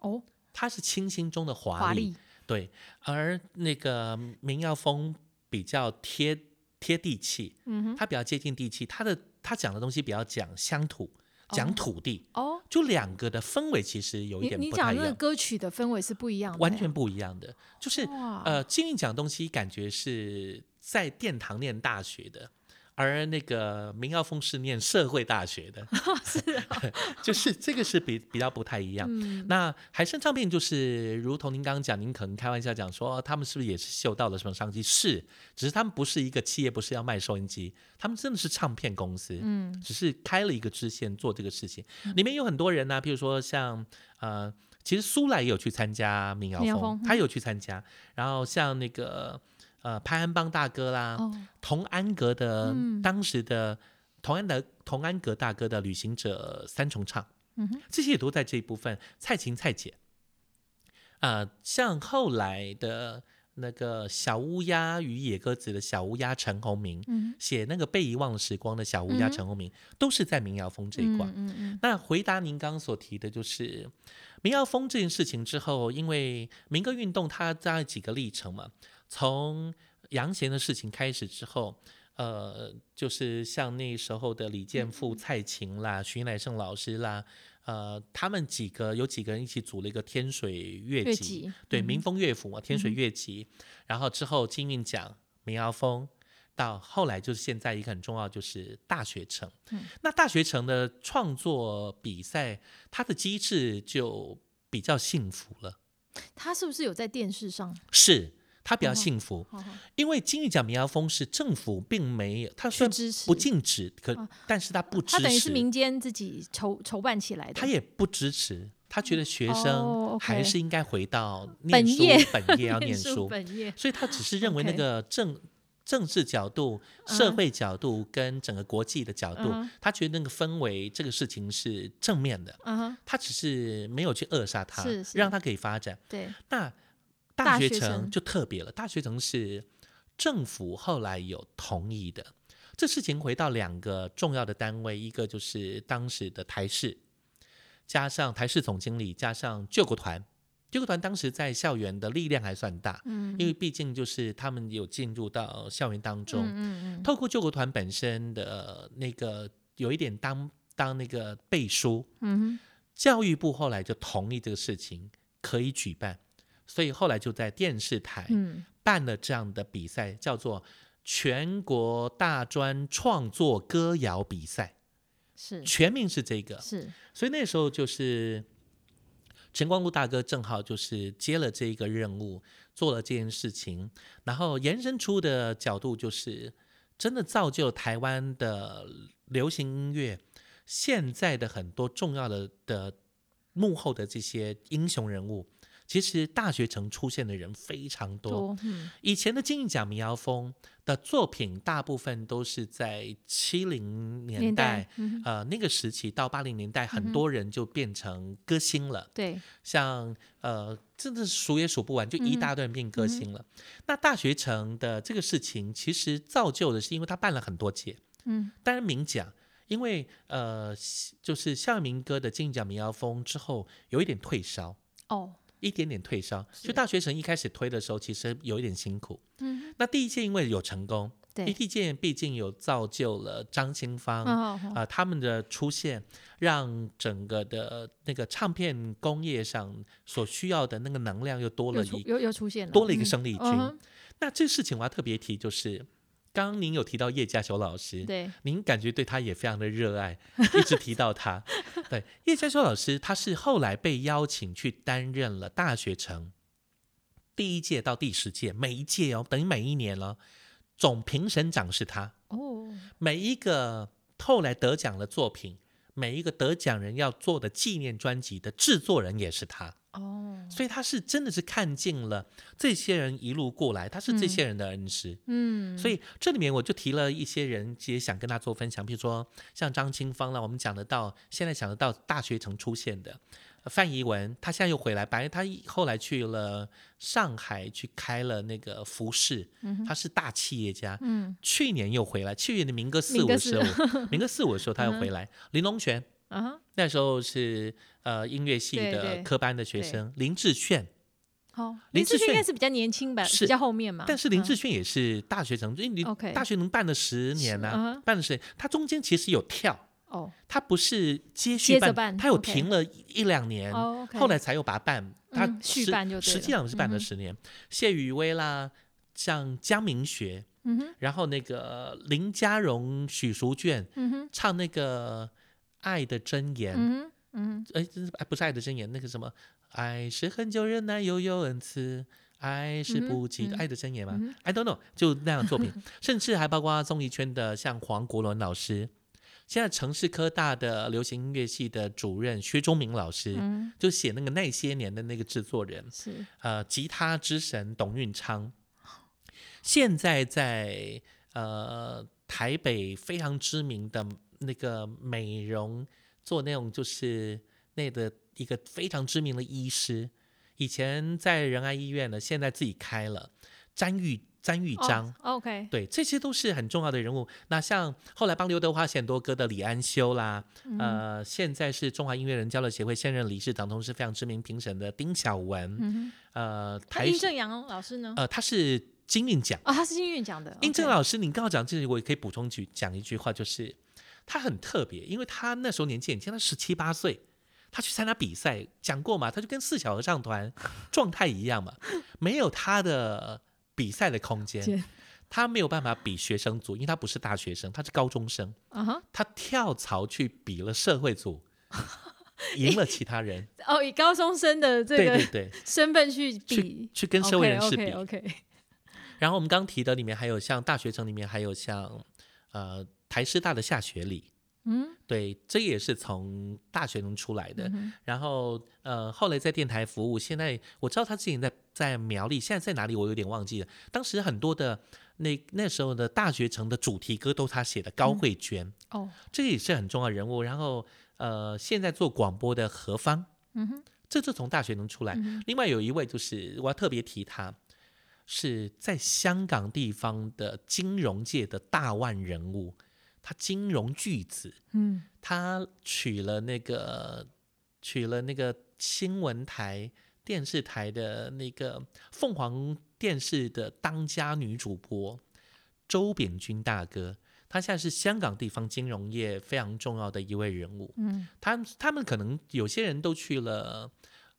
Speaker 2: 哦，
Speaker 5: 它是清新中的华丽，
Speaker 2: 华丽，
Speaker 5: 对，而那个民谣风比较贴贴地气，
Speaker 2: 嗯哼，
Speaker 5: 它比较接近地气，它的它讲的东西比较讲乡土，讲土地，
Speaker 2: 哦，
Speaker 5: 就两个的氛围其实有一
Speaker 2: 你
Speaker 5: 点
Speaker 2: 你
Speaker 5: 不太
Speaker 2: 讲
Speaker 5: 一
Speaker 2: 那个
Speaker 5: 样，
Speaker 2: 歌曲的氛围是不一样的欸，
Speaker 5: 完全不一样的，就是
Speaker 2: 哇
Speaker 5: 呃，金韵讲东西感觉是在殿堂念大学的。而那个民谣风是念社会大学的，
Speaker 2: 哦
Speaker 5: 是、 就是这个是比比较不太一样。
Speaker 2: 嗯，
Speaker 5: 那海参唱片就是，如同您刚刚讲，您可能开玩笑讲说，哦他们是不是也是嗅到了什么商机？是，只是他们不是一个企业，不是要卖收音机，他们真的是唱片公司，
Speaker 2: 嗯，
Speaker 5: 只是开了一个支线做这个事情。里面有很多人呢、啊譬如说像呃，其实苏来也有去参加民谣
Speaker 2: 民谣
Speaker 5: 风，
Speaker 2: 风嗯
Speaker 5: 他有去参加，然后像那个呃潘安邦大哥啦，
Speaker 2: 哦，
Speaker 5: 童安格的、
Speaker 2: 嗯
Speaker 5: 当时的童安的童安格大哥的旅行者三重唱，
Speaker 2: 嗯哼，
Speaker 5: 这些也都在这一部分。蔡琴、蔡姐，啊、像后来的那个小乌鸦与野鸽子的小乌鸦陈鸿明，
Speaker 2: 嗯
Speaker 5: 写那个被遗忘的时光的小乌
Speaker 2: 嗯
Speaker 5: 鸦
Speaker 2: 哼
Speaker 5: 陈鸿明，都是在民谣风这一
Speaker 2: 嗯
Speaker 5: 块。
Speaker 2: 嗯嗯，
Speaker 5: 那回答您刚刚所提的，就是民谣风这件事情之后，因为民歌运动它大概几个历程嘛，从杨贤的事情开始之后，呃，就是像那时候的李健富、蔡琴啦、徐乃盛老师啦，呃，他们几个有几个人一起组了一个天水乐
Speaker 2: 越
Speaker 5: 集，
Speaker 2: 级
Speaker 5: 对，民风乐府嘛，天
Speaker 2: 嗯
Speaker 5: 水乐集，然后之后金韵奖、民谣风，到后来就是现在一个很重要就是大学城。
Speaker 2: 嗯
Speaker 5: 那大学城的创作比赛，它的机制就比较幸福了，
Speaker 2: 他是不是有在电视上？
Speaker 5: 是它
Speaker 2: 嗯
Speaker 5: 比较幸福，
Speaker 2: 好好
Speaker 5: 因为金韵奖民谣风是政府并没有，它
Speaker 2: 去
Speaker 5: 虽然
Speaker 2: 支持
Speaker 5: 不禁止，可、
Speaker 2: 啊
Speaker 5: 但是它不支
Speaker 2: 他
Speaker 5: 持，
Speaker 2: 等于是民间自己筹筹办起来的，
Speaker 5: 他也不支持。他觉得学
Speaker 2: 哦
Speaker 5: 生
Speaker 2: ，OK
Speaker 5: 还是应该回到念
Speaker 2: 本
Speaker 5: 书
Speaker 2: 业
Speaker 5: 本 业要念
Speaker 2: 书
Speaker 5: 书，
Speaker 2: 本业，
Speaker 5: 所以他只是认为
Speaker 2: OK
Speaker 5: 那个政政治角度、社会角度跟整个国际的角度
Speaker 2: 嗯哼，
Speaker 5: 他觉得那个氛围这个事情是正面的，
Speaker 2: 嗯哼，
Speaker 5: 他只是没有去扼杀它
Speaker 2: 是，是
Speaker 5: 让它可以发展。
Speaker 2: 对，
Speaker 5: 那
Speaker 2: 大
Speaker 5: 大学
Speaker 2: 学城
Speaker 5: 城就特别了，大学城是政府后来有同意的。这事情回到两个重要的单位，一个就是当时的台视，加上台视总经理，加上救国团。救国团当时在校园的力量还算大，
Speaker 2: 嗯，
Speaker 5: 因为毕竟就是他们有进入到校园当中，
Speaker 2: 嗯嗯嗯
Speaker 5: 透过救国团本身的那个有一点当当那个背书，
Speaker 2: 嗯
Speaker 5: 哎教育部后来就同意这个事情可以举办，所以后来就在电视台
Speaker 2: 哼嗯，
Speaker 5: 办了这样的比赛，叫做全国大专创作歌谣比赛，
Speaker 2: 是
Speaker 5: 全名是这个，
Speaker 2: 是，
Speaker 5: 所以那时候就是陈光禄大哥正好就是接了这一个任务，做了这件事情，然后延伸出的角度就是真的造就台湾的流行音乐现在的很多重要的的幕后的这些英雄人物。其实大学城出现的人非常多，
Speaker 2: 多，嗯
Speaker 5: 以前的金韵奖民谣风的作品大部分都是在七零年
Speaker 2: 年
Speaker 5: 代
Speaker 2: 代，嗯哼
Speaker 5: 呃，那个时期到八零年代，
Speaker 2: 嗯
Speaker 5: 很多人就变成歌星了，
Speaker 2: 对，
Speaker 5: 像呃，真的是数也数不完，就一
Speaker 2: 嗯
Speaker 5: 大段变歌星了。那大学城的这个事情，其实造就的是，因为他办了很多届，
Speaker 2: 嗯
Speaker 5: 当然名奖，因为呃，就是校园民歌的金曲奖民谣风之后，有一点退烧，
Speaker 2: 哦，
Speaker 5: 一点点退烧。
Speaker 2: 是
Speaker 5: 就大学城一开始推的时候，其实有一点辛苦。
Speaker 2: 嗯哼
Speaker 5: 那第一届因为有成功，
Speaker 2: 对
Speaker 5: ，A T 键毕竟有造就了张清芳啊、
Speaker 2: 嗯好好
Speaker 5: 他们的出现，让整个的那个唱片工业上所需要的那个能量又多
Speaker 2: 又
Speaker 5: 了
Speaker 2: 出
Speaker 5: 一
Speaker 2: 又又出现了，
Speaker 5: 多了一个
Speaker 2: 嗯
Speaker 5: 生力军。
Speaker 2: 嗯哼
Speaker 5: 那这事情我要特别提，就是刚刚您有提到叶嘉修老师，
Speaker 2: 对，
Speaker 5: 您感觉对他也非常的热爱，一直提到他。对，叶嘉修老师，他是后来被邀请去担任了大学城第一届到第十届，每一届哦，等于每一年了，总评审长是他。
Speaker 2: 哦，
Speaker 5: 每一个后来得奖的作品，每一个得奖人要做的纪念专辑的制作人也是他，
Speaker 2: 哦，
Speaker 5: 所以他是真的是看尽了这些人一路过来，他是这些人的恩师。
Speaker 2: 嗯，
Speaker 5: 所
Speaker 2: 以
Speaker 5: 以这里面我就提了一些人，也想跟他做分享，比如说像张清芳啦，我们讲得到，现在想得到大学城出现的。呃范怡文，他现在又回来，反正他后来去了上海去开了那个服饰，他是大企业家，
Speaker 2: 嗯
Speaker 5: 去年又回来，去年的民歌四
Speaker 2: 民歌嗯
Speaker 5: 五时 候，民歌四五的时候他又回来。林龙泉
Speaker 2: 啊哈，
Speaker 5: 那时候是呃音乐系
Speaker 2: 对
Speaker 5: 的
Speaker 2: 对
Speaker 5: 科班的学生，林志炫，
Speaker 2: 好，
Speaker 5: 林
Speaker 2: 林
Speaker 5: 志
Speaker 2: 志炫应
Speaker 5: 炫
Speaker 2: 该是比较年轻吧，
Speaker 5: 是
Speaker 2: 比较后面嘛，
Speaker 5: 但是林
Speaker 2: 嗯
Speaker 5: 志炫也是大学生，因为你
Speaker 2: OK
Speaker 5: 大学能办了十年呐、
Speaker 2: 啊哦是嗯哼
Speaker 5: 办了十年，他中间其实有跳，
Speaker 2: 哦
Speaker 5: 他不是接续
Speaker 2: 接
Speaker 5: 办，
Speaker 2: 着办
Speaker 5: 他有
Speaker 2: OK
Speaker 5: 停了一一两年，
Speaker 2: 哦，OK，
Speaker 5: 后来才又把它办，他
Speaker 2: 嗯续
Speaker 5: 实
Speaker 2: 办就对
Speaker 5: 实际
Speaker 2: 了
Speaker 5: 上是办了
Speaker 2: 嗯哼
Speaker 5: 十年。谢雨薇啦，像江明学，
Speaker 2: 嗯哼
Speaker 5: 然后那个林嘉荣、许淑娟，
Speaker 2: 嗯哼
Speaker 5: 唱那个《爱的箴言》
Speaker 2: 嗯哼嗯哼
Speaker 5: 哎，这是哎不是《爱的箴言》，那个什么，爱是很久忍耐又有恩赐，爱是不及、
Speaker 2: 嗯哼
Speaker 5: 爱的箴言》嘛、
Speaker 2: 嗯
Speaker 5: i don't know，就那样的 作品，甚至还包括综艺圈的像黄国伦老师，现在城市科大的流行音乐系的主任薛忠明老师，
Speaker 2: 嗯
Speaker 5: 就写那个那些年的那个制作人，
Speaker 2: 是
Speaker 5: 呃，吉他之神董运昌，现在在呃台北非常知名的那个美容做那种就是那个一个非常知名的医师，以前在仁爱医院呢，现在自己开了詹玉詹玉
Speaker 2: 哦
Speaker 5: 章。
Speaker 2: ，OK，
Speaker 5: 对，这些都是很重要的人物。那像后来帮刘德华写很多歌的李安修啦，
Speaker 2: 嗯
Speaker 5: 呃，现在是中华音乐人交流协会现任理事长，同时非常知名评审的丁晓文，
Speaker 2: 嗯哼，
Speaker 5: 呃，
Speaker 2: 那
Speaker 5: 台
Speaker 2: 殷
Speaker 5: 视
Speaker 2: 正阳老师呢？
Speaker 5: 呃，他是金韵奖。
Speaker 2: 啊，他是音乐奖的，
Speaker 5: 英正
Speaker 2: OK
Speaker 5: 老师，你刚好讲这里，我也可以补充句讲一句话，就是他很特别，因为他那时候年纪很轻，他十七八岁，他去参加比赛，讲过嘛，他就跟四小合唱团状态一样嘛，没有他的比赛的空间
Speaker 2: 间，
Speaker 5: 他没有办法比学生组，因为他不是大学生，他是高中生，
Speaker 2: 啊哈，
Speaker 5: 他跳槽去比了社会 组，赢了其他人，
Speaker 2: 哦，以高中生的这
Speaker 5: 对对
Speaker 2: 个
Speaker 5: 对，
Speaker 2: 身份去
Speaker 5: 去
Speaker 2: 比，
Speaker 5: 去跟社会人士比
Speaker 2: o k o k
Speaker 5: 然后我们刚提的里面还有像大学城里面还有像呃台师大的下学里，
Speaker 2: 嗯，
Speaker 5: 对，这也是从大学城出来的。
Speaker 2: 嗯哼
Speaker 5: 然后呃后来在电台服务，现在我知道他之前在在苗栗，现在在哪里我有点忘记了。当时很多的那那时候的大学城的主题歌都是他写的，高慧娟、
Speaker 2: 哦，
Speaker 5: 这也是很重要的人物。然后呃现在做广播的何芳，
Speaker 2: 嗯哼，
Speaker 5: 这就从大学能出来。
Speaker 2: 嗯哼
Speaker 5: 另外有一位就是我要特别提他，是在香港地方的金融界的大腕人物，他金融巨子，
Speaker 2: 嗯，
Speaker 5: 他娶了那个娶了那个新闻台电视台的那个凤凰电视的当家女主播周秉钧大哥。他现在是香港地方金融业非常重要的一位人物，
Speaker 2: 嗯，
Speaker 5: 他们他们可能有些人都去了，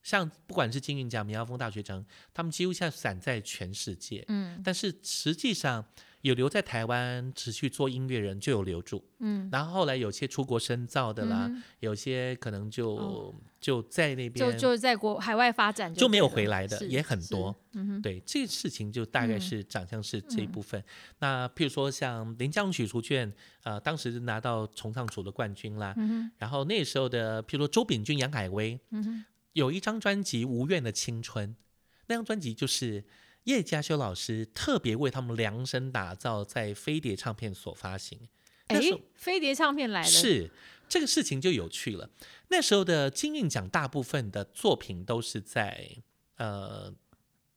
Speaker 5: 像不管是金韵奖、苗峰大学城，他们几乎现在散在全世界。
Speaker 2: 嗯，
Speaker 5: 但是实际上有留在台湾持续做音乐人就有留住，
Speaker 2: 嗯，
Speaker 5: 然后后来有些出国深造的啦，
Speaker 2: 嗯哼
Speaker 5: 有些可能就、
Speaker 2: 哦
Speaker 5: 就在那
Speaker 2: 就
Speaker 5: 边
Speaker 2: 就在国海外发展
Speaker 5: 就没有
Speaker 2: 对了
Speaker 5: 回来的
Speaker 2: 是
Speaker 5: 也很
Speaker 2: 是
Speaker 5: 多
Speaker 2: 嗯哼，
Speaker 5: 对这个事情就大概
Speaker 2: 嗯
Speaker 5: 是长相是这一
Speaker 2: 嗯
Speaker 5: 部分。那譬如说像林江许淑卷，呃，当时拿到重唱组的冠军啦，
Speaker 2: 嗯
Speaker 5: 然后那时候的，譬如说周秉钧、杨海威，
Speaker 2: 哼，嗯哼，
Speaker 5: 有一张专辑《无怨的青春》，那张专辑就是叶嘉修老师特别为他们量身打造，在飞碟唱片所发行。那
Speaker 2: 哎
Speaker 5: 时候，
Speaker 2: 飞碟唱片来了，
Speaker 5: 是这个事情就有趣了。那时候的金韵奖大部分的作品都是在呃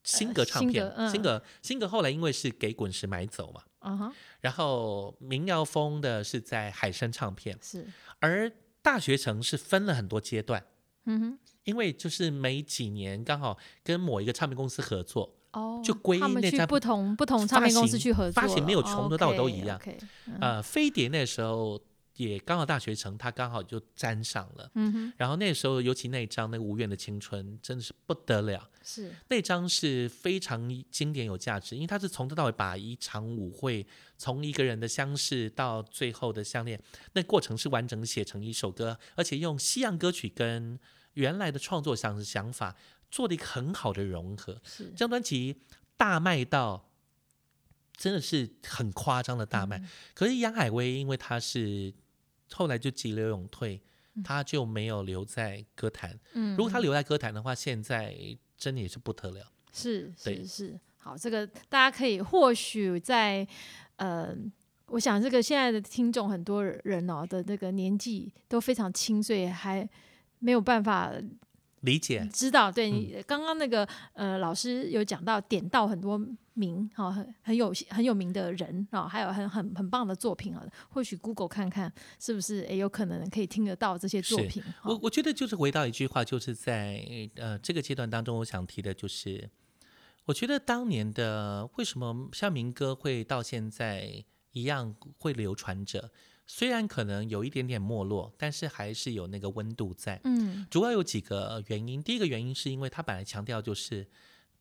Speaker 5: 新格唱片
Speaker 2: 新格，嗯
Speaker 5: 新格新格后来因为是给滚石买走嘛，
Speaker 2: 啊哈，
Speaker 5: 然后民谣风的是在海山唱片，
Speaker 2: 是，
Speaker 5: 而大学城是分了很多阶段。
Speaker 2: 嗯哼，
Speaker 5: 因为就是每几年刚好跟某一个唱片公司合作，
Speaker 2: 哦，
Speaker 5: 就归因
Speaker 2: 他们
Speaker 5: 那
Speaker 2: 去
Speaker 5: 家
Speaker 2: 不同不同唱
Speaker 5: 发
Speaker 2: 片公司
Speaker 5: 行
Speaker 2: 去合作
Speaker 5: 发
Speaker 2: 了，
Speaker 5: 行没有穷的到都一样
Speaker 2: o k
Speaker 5: 呃，飞碟那时候也刚好大学城，它刚好就沾上了。
Speaker 2: 嗯哼，
Speaker 5: 然后那时候，尤其那一张那个《无怨的青春》，真的是不得了。
Speaker 2: 是
Speaker 5: 那张是非常经典、有价值，因为它是从头到尾把一场舞会，从一个人的相识到最后的相恋，那过程是完整写成一首歌，而且用西洋歌曲跟原来的创作想想法做了一个很好的融合。
Speaker 2: 是
Speaker 5: 这，张专辑大卖到真的是很夸张的大
Speaker 2: 嗯
Speaker 5: 卖。可是杨海威因为他是后来就急流勇退，他就没有留在歌坛。
Speaker 2: 嗯，
Speaker 5: 如果他
Speaker 2: 嗯
Speaker 5: 留在歌坛的话，现在真的也是不得了。
Speaker 2: 是
Speaker 5: 对
Speaker 2: 是是，好，这个大家可以或许在呃。我想这个现在的听众很多人哦的那个年纪都非常轻，所以还没有办法
Speaker 5: 理解，
Speaker 2: 知
Speaker 5: 嗯
Speaker 2: 道，对你刚刚那个呃，老师有讲到点到很多名哈、很很有很有名的人啊、还有很很很棒的作品啊，或许 Google 看看是不是也有可能可以听得到这些作
Speaker 5: 是
Speaker 2: 品。哦哈
Speaker 5: 我我觉得就是回到一句话，就是在呃这个阶段当中，我想提的就是，我觉得当年的为什么像民歌会到现在一样会流传着，虽然可能有一点点没落，但是还是有那个温度在。
Speaker 2: 嗯
Speaker 5: 主要有几个原因，第一个原因是因为他本来强调就是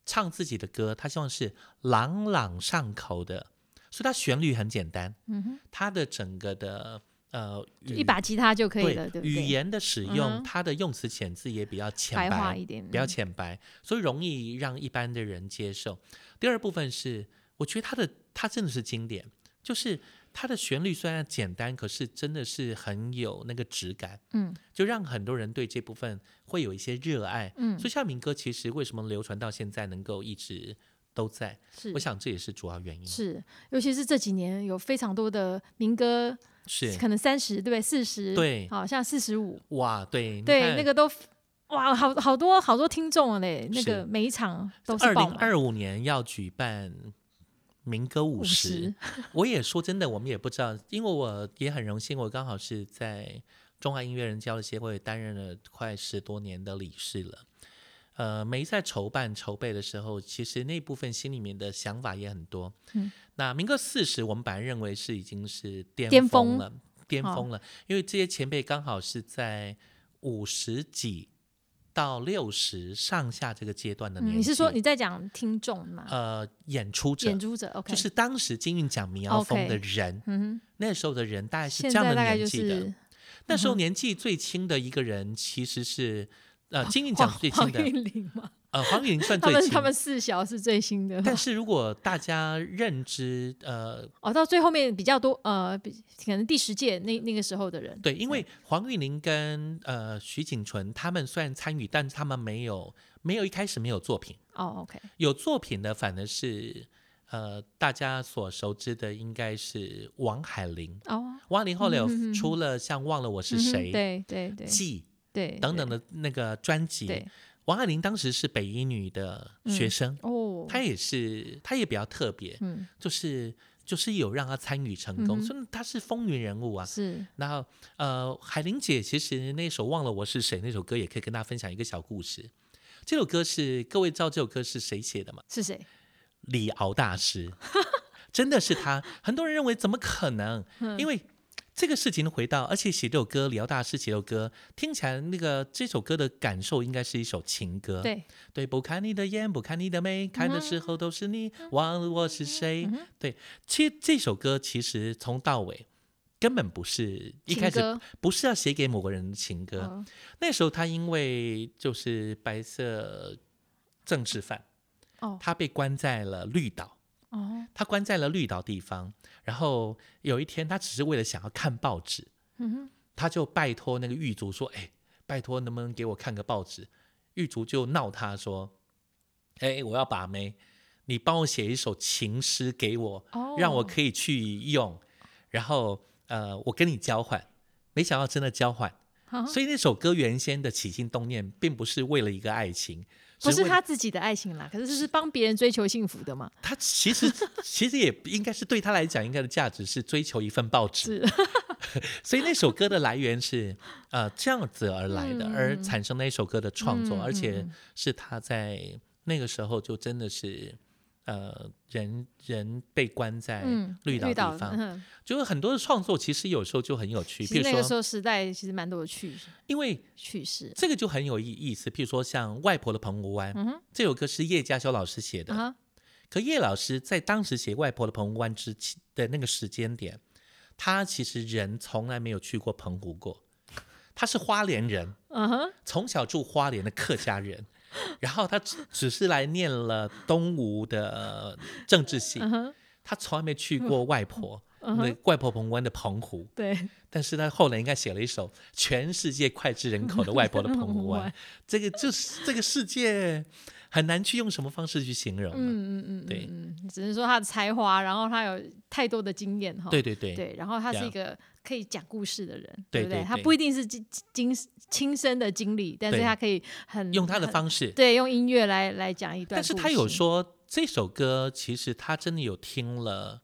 Speaker 5: 唱自己的歌，他希望是朗朗上口的，所以他旋律很简单，
Speaker 2: 嗯哼，
Speaker 5: 他的整个的呃
Speaker 2: 就
Speaker 5: 语
Speaker 2: 一把吉他就可以了，对不
Speaker 5: 语
Speaker 2: 对？
Speaker 5: 言的使用，
Speaker 2: 嗯哼
Speaker 5: 它的用词遣字也比较浅
Speaker 2: 白
Speaker 5: 白，
Speaker 2: 话一点，
Speaker 5: 比较
Speaker 2: 嗯
Speaker 5: 浅白，所以容易让一般的人接受。第二部分是，我觉得它的它真的是经典，就是它的旋律虽然简单，可是真的是很有那个质感，
Speaker 2: 嗯
Speaker 5: 就让很多人对这部分会有一些热爱。
Speaker 2: 嗯
Speaker 5: 所以像民歌其实为什么流传到现在能够一直都在，
Speaker 2: 是
Speaker 5: 我想这也是主要原因。
Speaker 2: 是，尤其是这几年有非常多的民歌，
Speaker 5: 是
Speaker 2: 可能三十对不对？四十
Speaker 5: 对
Speaker 2: 好像四十五
Speaker 5: 哇，对你
Speaker 2: 对
Speaker 5: 看
Speaker 2: 那个都。哇，好好多好多听众了嘞！那
Speaker 5: 是
Speaker 2: 个每一场都
Speaker 5: 二
Speaker 2: 是爆
Speaker 5: 零
Speaker 2: 满
Speaker 5: 二五年要举办民歌五十，我也说真的，我们也不知道，因为我也很荣幸，我刚好是在中华音乐人交流协会担任了快十多年的理事了。呃，每一在筹办筹备的时候，其实那部分心里面的想法也很多。
Speaker 2: 嗯，
Speaker 5: 那民歌四十，我们本来认为是已经是巅
Speaker 2: 巅
Speaker 5: 峰
Speaker 2: 峰
Speaker 5: 了，巅
Speaker 2: 好
Speaker 5: 峰了，因为这些前辈刚好是在五十几到六十上下这个阶段的年纪、
Speaker 2: 嗯，你是说你在讲听众嘛？
Speaker 5: 呃演出者，
Speaker 2: 演出者，OK，
Speaker 5: 就是当时金韵奖民谣风的
Speaker 2: OK
Speaker 5: 人
Speaker 2: 嗯哼，
Speaker 5: 那时候的人大概是
Speaker 2: 现
Speaker 5: 这样
Speaker 2: 在
Speaker 5: 的
Speaker 2: 大概
Speaker 5: 年
Speaker 2: 就
Speaker 5: 纪的。
Speaker 2: 是
Speaker 5: 那时候
Speaker 2: 嗯哼
Speaker 5: 年纪最轻的一个人其实是 呃金韵奖
Speaker 2: 黄
Speaker 5: 最轻
Speaker 2: 黄
Speaker 5: 的，
Speaker 2: 韵玲嘛，
Speaker 5: 呃黄韵玲算
Speaker 2: 他
Speaker 5: 最
Speaker 2: 们
Speaker 5: 轻
Speaker 2: 他。们四小是最新的嘛，
Speaker 5: 但是如果大家认知，呃，
Speaker 2: 哦，到最后面比较多，呃，比可能第十届那那个时候的人，
Speaker 5: 对，因为黄韵玲跟呃徐景纯他们虽然参与，但是他们没有没有一开始没有作品，
Speaker 2: 哦，OK，
Speaker 5: 有作品的反而是呃大家所熟知的应该是王海玲，
Speaker 2: 哦，
Speaker 5: 王力宏后来
Speaker 2: 嗯哼
Speaker 5: 有
Speaker 2: 哼
Speaker 5: 出了像《忘了我是
Speaker 2: 嗯哼
Speaker 5: 谁》
Speaker 2: 对对对
Speaker 5: 记》
Speaker 2: 对，
Speaker 5: 等等
Speaker 2: 对
Speaker 5: 的那个专辑。
Speaker 2: 对，
Speaker 5: 王爱玲当时是北一女的学生，
Speaker 2: 哦，
Speaker 5: 她也是，她也比较特别，
Speaker 2: 嗯
Speaker 5: 就是就是有让她参与成功，
Speaker 2: 嗯哼
Speaker 5: 所以她是风云人物啊。
Speaker 2: 是
Speaker 5: 然后呃，海玲姐其实那首《忘了我是谁》那首歌也可以跟大家分享一个小故事。这首歌是各位知道这首歌是谁写的吗？
Speaker 2: 是谁？
Speaker 5: 李敖大师， 真的是他。很多人认为怎么可能？
Speaker 2: 嗯
Speaker 5: 因为这个事情回到，而且写这首歌，李敖大师写这首歌，听起来那个这首歌的感受应该是一首情歌。
Speaker 2: 对，嗯
Speaker 5: 对，不看你的眼，不看你的眉，看的时候都是你，忘了我是谁。
Speaker 2: 嗯哼
Speaker 5: 对，其实这首歌其实从到尾根本不是一
Speaker 2: 情
Speaker 5: 开始
Speaker 2: 歌
Speaker 5: 不是要写给某个人的情歌。
Speaker 2: 哦
Speaker 5: 那时候他因为就是白色政治犯，
Speaker 2: 哦
Speaker 5: 他被关在了绿岛。
Speaker 2: 哦，
Speaker 5: 他关在了绿岛地方，然后有一天，他只是为了想要看报纸，
Speaker 2: 嗯哼，
Speaker 5: 他就拜托那个狱卒说：“哎，拜托能不能给我看个报纸？”狱卒就闹他说：“哎，我要把妹，你帮我写一首情诗给我，
Speaker 2: 哦，
Speaker 5: 让我可以去用，然后呃，我跟你交换。”没想到真的交换，
Speaker 2: 啊
Speaker 5: 所以那首歌原先的起心动念并不是为了一个爱情，
Speaker 2: 不
Speaker 5: 只
Speaker 2: 是
Speaker 5: 为
Speaker 2: 他自己的爱情啦，可是这是帮别人追求幸福的嘛，
Speaker 5: 他其 实其实也应该是对他来讲，应该的价值是追求一份报纸，
Speaker 2: 是
Speaker 5: 所以那首歌的来源是呃这样子而来的，
Speaker 2: 嗯
Speaker 5: 而产生那首歌的创作，
Speaker 2: 嗯
Speaker 5: 而且
Speaker 2: 嗯
Speaker 5: 是他在那个时候就真的是，呃，人人被关在
Speaker 2: 嗯，
Speaker 5: 哎绿岛地方，
Speaker 2: 嗯
Speaker 5: 就是很多的创作其实有时候就很有趣，
Speaker 2: 其
Speaker 5: 比
Speaker 2: 实
Speaker 5: 如
Speaker 2: 那个时
Speaker 5: 说，
Speaker 2: 候时代其实蛮多的趣
Speaker 5: 因为
Speaker 2: 趣事
Speaker 5: 这个就很有意意思，譬如说像《外婆的澎湖湾》
Speaker 2: 嗯哼
Speaker 5: 这首歌是叶嘉修老师写的，
Speaker 2: 啊哈，
Speaker 5: 可叶老师在当时写《外婆的澎湖湾》之前的那个时间点，他其实人从来没有去过澎湖过，他是花莲人，
Speaker 2: 嗯哼，
Speaker 5: 从小住花莲的客家人，然后他只只是来念了东吴的政治系，
Speaker 2: 嗯哼，
Speaker 5: 他从来没去过外婆。
Speaker 2: 嗯
Speaker 5: 那
Speaker 2: 哼，
Speaker 5: 外婆澎湖湾的澎湖，
Speaker 2: 对，
Speaker 5: 但是他后来应该写了一首全世界脍炙人口的外婆的澎湖 湾，这个就是这个世界很难去用什么方式去形容、啊。
Speaker 2: 嗯嗯嗯，
Speaker 5: 对
Speaker 2: 嗯，嗯只是说他的才华，然后他有太多的经验哈，
Speaker 5: 对对对，
Speaker 2: 哦对，然后他
Speaker 5: 对
Speaker 2: 是
Speaker 5: 啊
Speaker 2: 一个可以讲故事的人，
Speaker 5: 对
Speaker 2: 不对？
Speaker 5: 对
Speaker 2: 他
Speaker 5: 对
Speaker 2: 不一定是经经亲身的经历，但是
Speaker 5: 对
Speaker 2: 他可以很
Speaker 5: 用他的
Speaker 2: 很
Speaker 5: 方式，
Speaker 2: 对用音乐来来讲一
Speaker 5: 但
Speaker 2: 段故
Speaker 5: 是
Speaker 2: 事。
Speaker 5: 他有说这首歌其实他真的有听了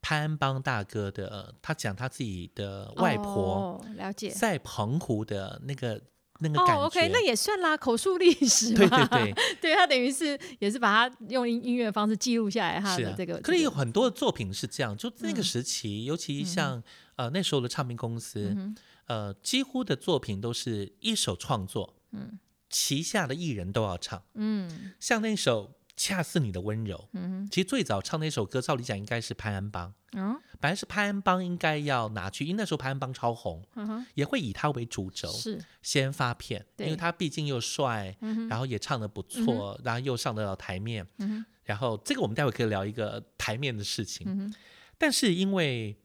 Speaker 5: 潘邦大哥的，呃他讲他自己的外婆
Speaker 2: 哦、了解
Speaker 5: 在澎湖的那个那个感觉。
Speaker 2: 哦，OK，那也算啦，口述历史
Speaker 5: 对
Speaker 2: 嘛
Speaker 5: 对对，
Speaker 2: 对他等于是也是把他用音音乐方式记录下来他
Speaker 5: 是
Speaker 2: 的
Speaker 5: 啊
Speaker 2: 这个。
Speaker 5: 可是
Speaker 2: 这
Speaker 5: 有
Speaker 2: 个
Speaker 5: 很多的作品是这样，就那个
Speaker 2: 嗯
Speaker 5: 时期，尤其像呃那时候的唱片公司，
Speaker 2: 嗯
Speaker 5: 呃几乎的作品都是一手创作，
Speaker 2: 嗯
Speaker 5: 旗下的艺人都要唱，
Speaker 2: 嗯
Speaker 5: 像那首。恰似你的温柔，
Speaker 2: 嗯
Speaker 5: 其实最早唱那首歌，照理讲应该是潘安邦，
Speaker 2: 嗯
Speaker 5: 本来是潘安邦应该要拿去，因为那时候潘安邦超红，
Speaker 2: 嗯哼，
Speaker 5: 也会以他为主轴
Speaker 2: 是
Speaker 5: 先发片，因
Speaker 2: 对
Speaker 5: 为他毕竟又帅，
Speaker 2: 嗯哼嗯
Speaker 5: 然后也唱的不错，然后又上得了台面。
Speaker 2: 嗯哼
Speaker 5: 然后这个我们待会可以聊一个台面的事情，
Speaker 2: 嗯哼，
Speaker 5: 但是因为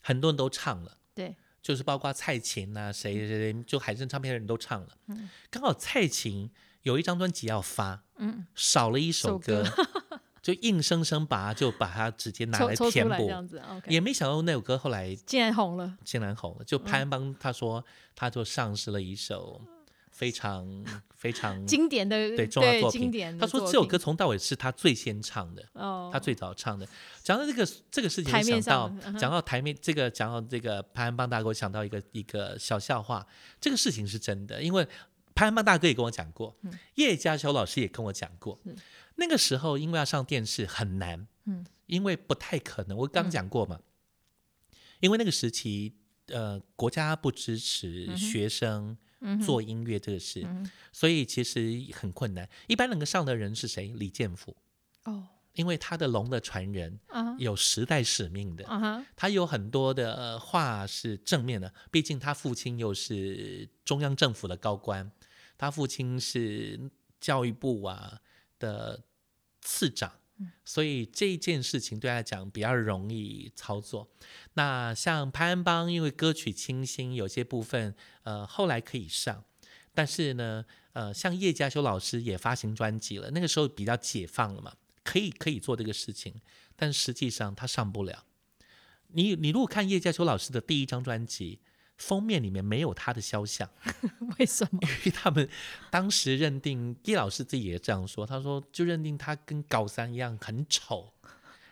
Speaker 5: 很多人都唱了，
Speaker 2: 对，
Speaker 5: 就是包括蔡琴啊，谁谁谁，就海上唱片的人都唱了。
Speaker 2: 嗯
Speaker 5: 刚好蔡琴有一张专辑要发，
Speaker 2: 嗯，
Speaker 5: 少了一首
Speaker 2: 首歌
Speaker 5: 歌，就硬生生把它就把它直接拿
Speaker 2: 抽抽
Speaker 5: 填
Speaker 2: 出来这
Speaker 5: 补。
Speaker 2: 样子，OK，
Speaker 5: 也没想到那首歌后来
Speaker 2: 竟然红了，
Speaker 5: 竟然红了。就潘
Speaker 2: 嗯
Speaker 5: 安邦他说，他就上市了一首非常非常，
Speaker 2: 经典的
Speaker 5: 嗯对重要作品
Speaker 2: 经典的
Speaker 5: 他
Speaker 2: 作
Speaker 5: 说
Speaker 2: 品。
Speaker 5: 这首歌从到尾是他最先唱的，
Speaker 2: 哦，
Speaker 5: 他最早唱的。讲到这个这个事情，
Speaker 2: 台
Speaker 5: 我想
Speaker 2: 面
Speaker 5: 到
Speaker 2: 上的嗯哼
Speaker 5: 讲到台面这个讲到这个潘安邦大哥，我想到一个一个小笑话。这个事情是真的，因为潘安邦大哥也跟我讲过，
Speaker 2: 嗯
Speaker 5: 叶嘉修老师也跟我讲过
Speaker 2: 是，
Speaker 5: 那个时候因为要上电视很难，
Speaker 2: 嗯
Speaker 5: 因为不太可能。我刚讲过嘛，因为那个时期，呃，国家不支持学生
Speaker 2: 嗯哼
Speaker 5: 做音乐这个事，
Speaker 2: 嗯
Speaker 5: 所以其实很困难。一般能够上的人是谁？李健甫，
Speaker 2: 哦
Speaker 5: 因为他的《龙的传人
Speaker 2: 啊哈》
Speaker 5: 有时代使命的，
Speaker 2: 啊哈
Speaker 5: 他有很多的、呃话是正面的，毕竟他父亲又是中央政府的高官，他父亲是教育部啊的次长，所以这一件事情对他来讲比较容易操作。那像潘安邦，因为歌曲清新，有些部分呃后来可以上，但是呢，呃，像叶嘉修老师也发行专辑了，那个时候比较解放了嘛，可以可以做这个事情，但实际上他上不了。你你如果看叶嘉修老师的第一张专辑，封面里面没有他的肖像，
Speaker 2: 为什么？
Speaker 5: 因为他们当时认定叶老师自己也这样说，他说就认定他跟高三一样很丑，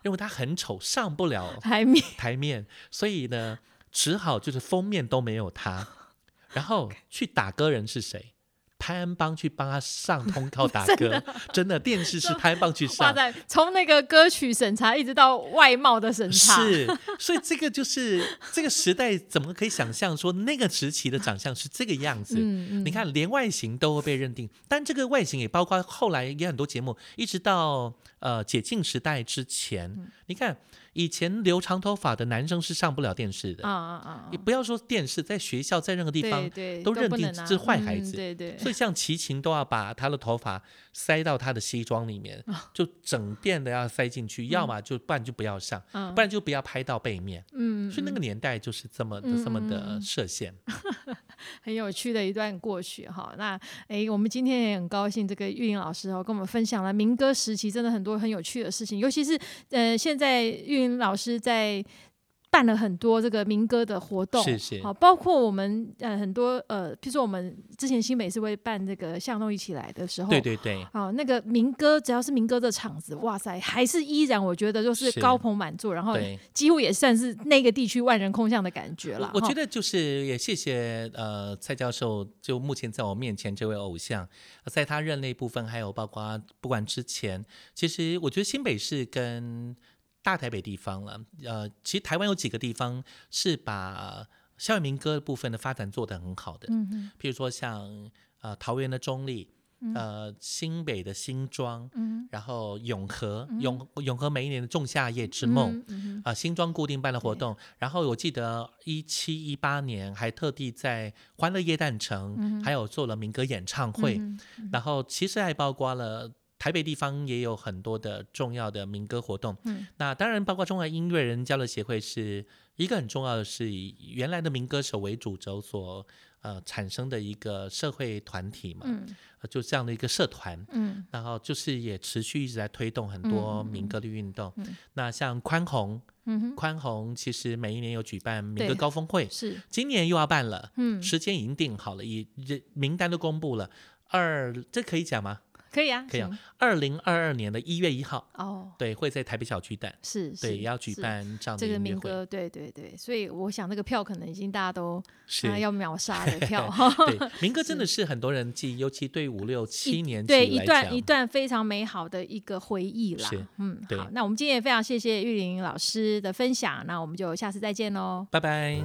Speaker 5: 认为他很丑上不了
Speaker 2: 还没
Speaker 5: 台面，所以呢，只好就是封面都没有他，然 后去打歌人是谁？潘安邦去帮他上通告打 歌，真的电视是潘安邦去
Speaker 2: 哇
Speaker 5: 上，
Speaker 2: 塞！从那个歌曲审查一直到外貌的审查，
Speaker 5: 是，所以这个就是这个时代怎么可以想象说那个时期的长相是这个样子？
Speaker 2: 嗯嗯，
Speaker 5: 你看，连外形都会被认定，但这个外形也包括后来也很多节目，一直到呃解禁时代之前，
Speaker 2: 嗯
Speaker 5: 你看以前留长头发的男生是上不了电视的
Speaker 2: 啊啊啊，
Speaker 5: 你不要说电视，在学校，在任何地方
Speaker 2: 对，对
Speaker 5: 都
Speaker 2: 都
Speaker 5: 认
Speaker 2: 不
Speaker 5: 定
Speaker 2: 能啊
Speaker 5: 是坏孩
Speaker 2: 嗯
Speaker 5: 子
Speaker 2: 对对，
Speaker 5: 所以像齐秦都要把他的头发塞到他的西装里面，
Speaker 2: 啊
Speaker 5: 就整遍的要塞进去，要么就不然就不要上，
Speaker 2: 嗯
Speaker 5: 不然就不要拍到背面。
Speaker 2: 嗯，
Speaker 5: 所以那个年代就是这么的、这么的设限。
Speaker 2: 很有趣的一段过去哈。那诶，我们今天也很高兴，这个玉玲老师哦跟我们分享了民歌时期真的很多很有趣的事情，尤其是呃，现在玉玲老师在。办了很多这个民歌的活动，
Speaker 5: 是是
Speaker 2: 好，包括我们呃很多呃，譬如说我们之前新北是会办这个巷弄一起来的时候，
Speaker 5: 对对对，
Speaker 2: 好，那个民歌只要是民歌的场子，哇塞，还是依然我觉得就是
Speaker 5: 是
Speaker 2: 高朋满座，然后
Speaker 5: 对
Speaker 2: 几乎也算是那个地区万人空巷的感觉了。
Speaker 5: 我我
Speaker 2: 哈
Speaker 5: 觉得就是也谢谢呃蔡教授，就目前在我面前这位偶像，呃在他任内部分，还有包括不管之前，其实我觉得新北市跟大台北地方了，呃，其实台湾有几个地方是把校园民歌部分的发展做得很好的，
Speaker 2: 嗯哼
Speaker 5: 譬如说像呃桃园的中立，呃新北的新庄，
Speaker 2: 嗯
Speaker 5: 然后永和永永和每一年的仲夏夜之梦。
Speaker 2: 嗯哼
Speaker 5: 啊、新庄固定办的活动，然后我记得一七一八年还特地在欢乐夜诞城、还有做了民歌演唱会，
Speaker 2: 嗯哼
Speaker 5: 然后其实还包括了台北地方也有很多的重要的民歌活动。
Speaker 2: 嗯
Speaker 5: 那当然包括中华音乐人交流协会是一个很重要的，是以原来的民歌手为主轴所呃产生的一个社会团体嘛，
Speaker 2: 嗯
Speaker 5: 呃就这样的一个社团。
Speaker 2: 嗯
Speaker 5: 然后就是也持续一直在推动很多
Speaker 2: 嗯嗯嗯
Speaker 5: 民歌的运动。
Speaker 2: 嗯
Speaker 5: 那像宽宏，
Speaker 2: 嗯哼，
Speaker 5: 宽宏其实每一年有举办民歌
Speaker 2: 对
Speaker 5: 高峰会，
Speaker 2: 是
Speaker 5: 今年又要办了，
Speaker 2: 嗯
Speaker 5: 时间已经定好了，已人名单都公布了。二这可以讲吗？
Speaker 2: 可以啊，
Speaker 5: 可以啊
Speaker 2: 行
Speaker 5: 二零二二年的一月一号，
Speaker 2: 哦，
Speaker 5: 对，会在台北小巨蛋，
Speaker 2: 是是
Speaker 5: 对，也要举
Speaker 2: 是
Speaker 5: 办这样的
Speaker 2: 这个
Speaker 5: 音乐会，
Speaker 2: 民歌，对对对，所以我想那个票可能已经大家都
Speaker 5: 是
Speaker 2: 啊要秒杀 的票，
Speaker 5: 对，民歌真的是很多人记忆，尤其对五六七年级
Speaker 2: 对一
Speaker 5: 来
Speaker 2: 段一
Speaker 5: 讲，
Speaker 2: 段非常美好的一个回忆啦
Speaker 5: 是。
Speaker 2: 嗯，
Speaker 5: 对
Speaker 2: 好，那我们今天也非常谢谢玉玲老师的分享，那我们就下次再见喽。
Speaker 5: 拜拜。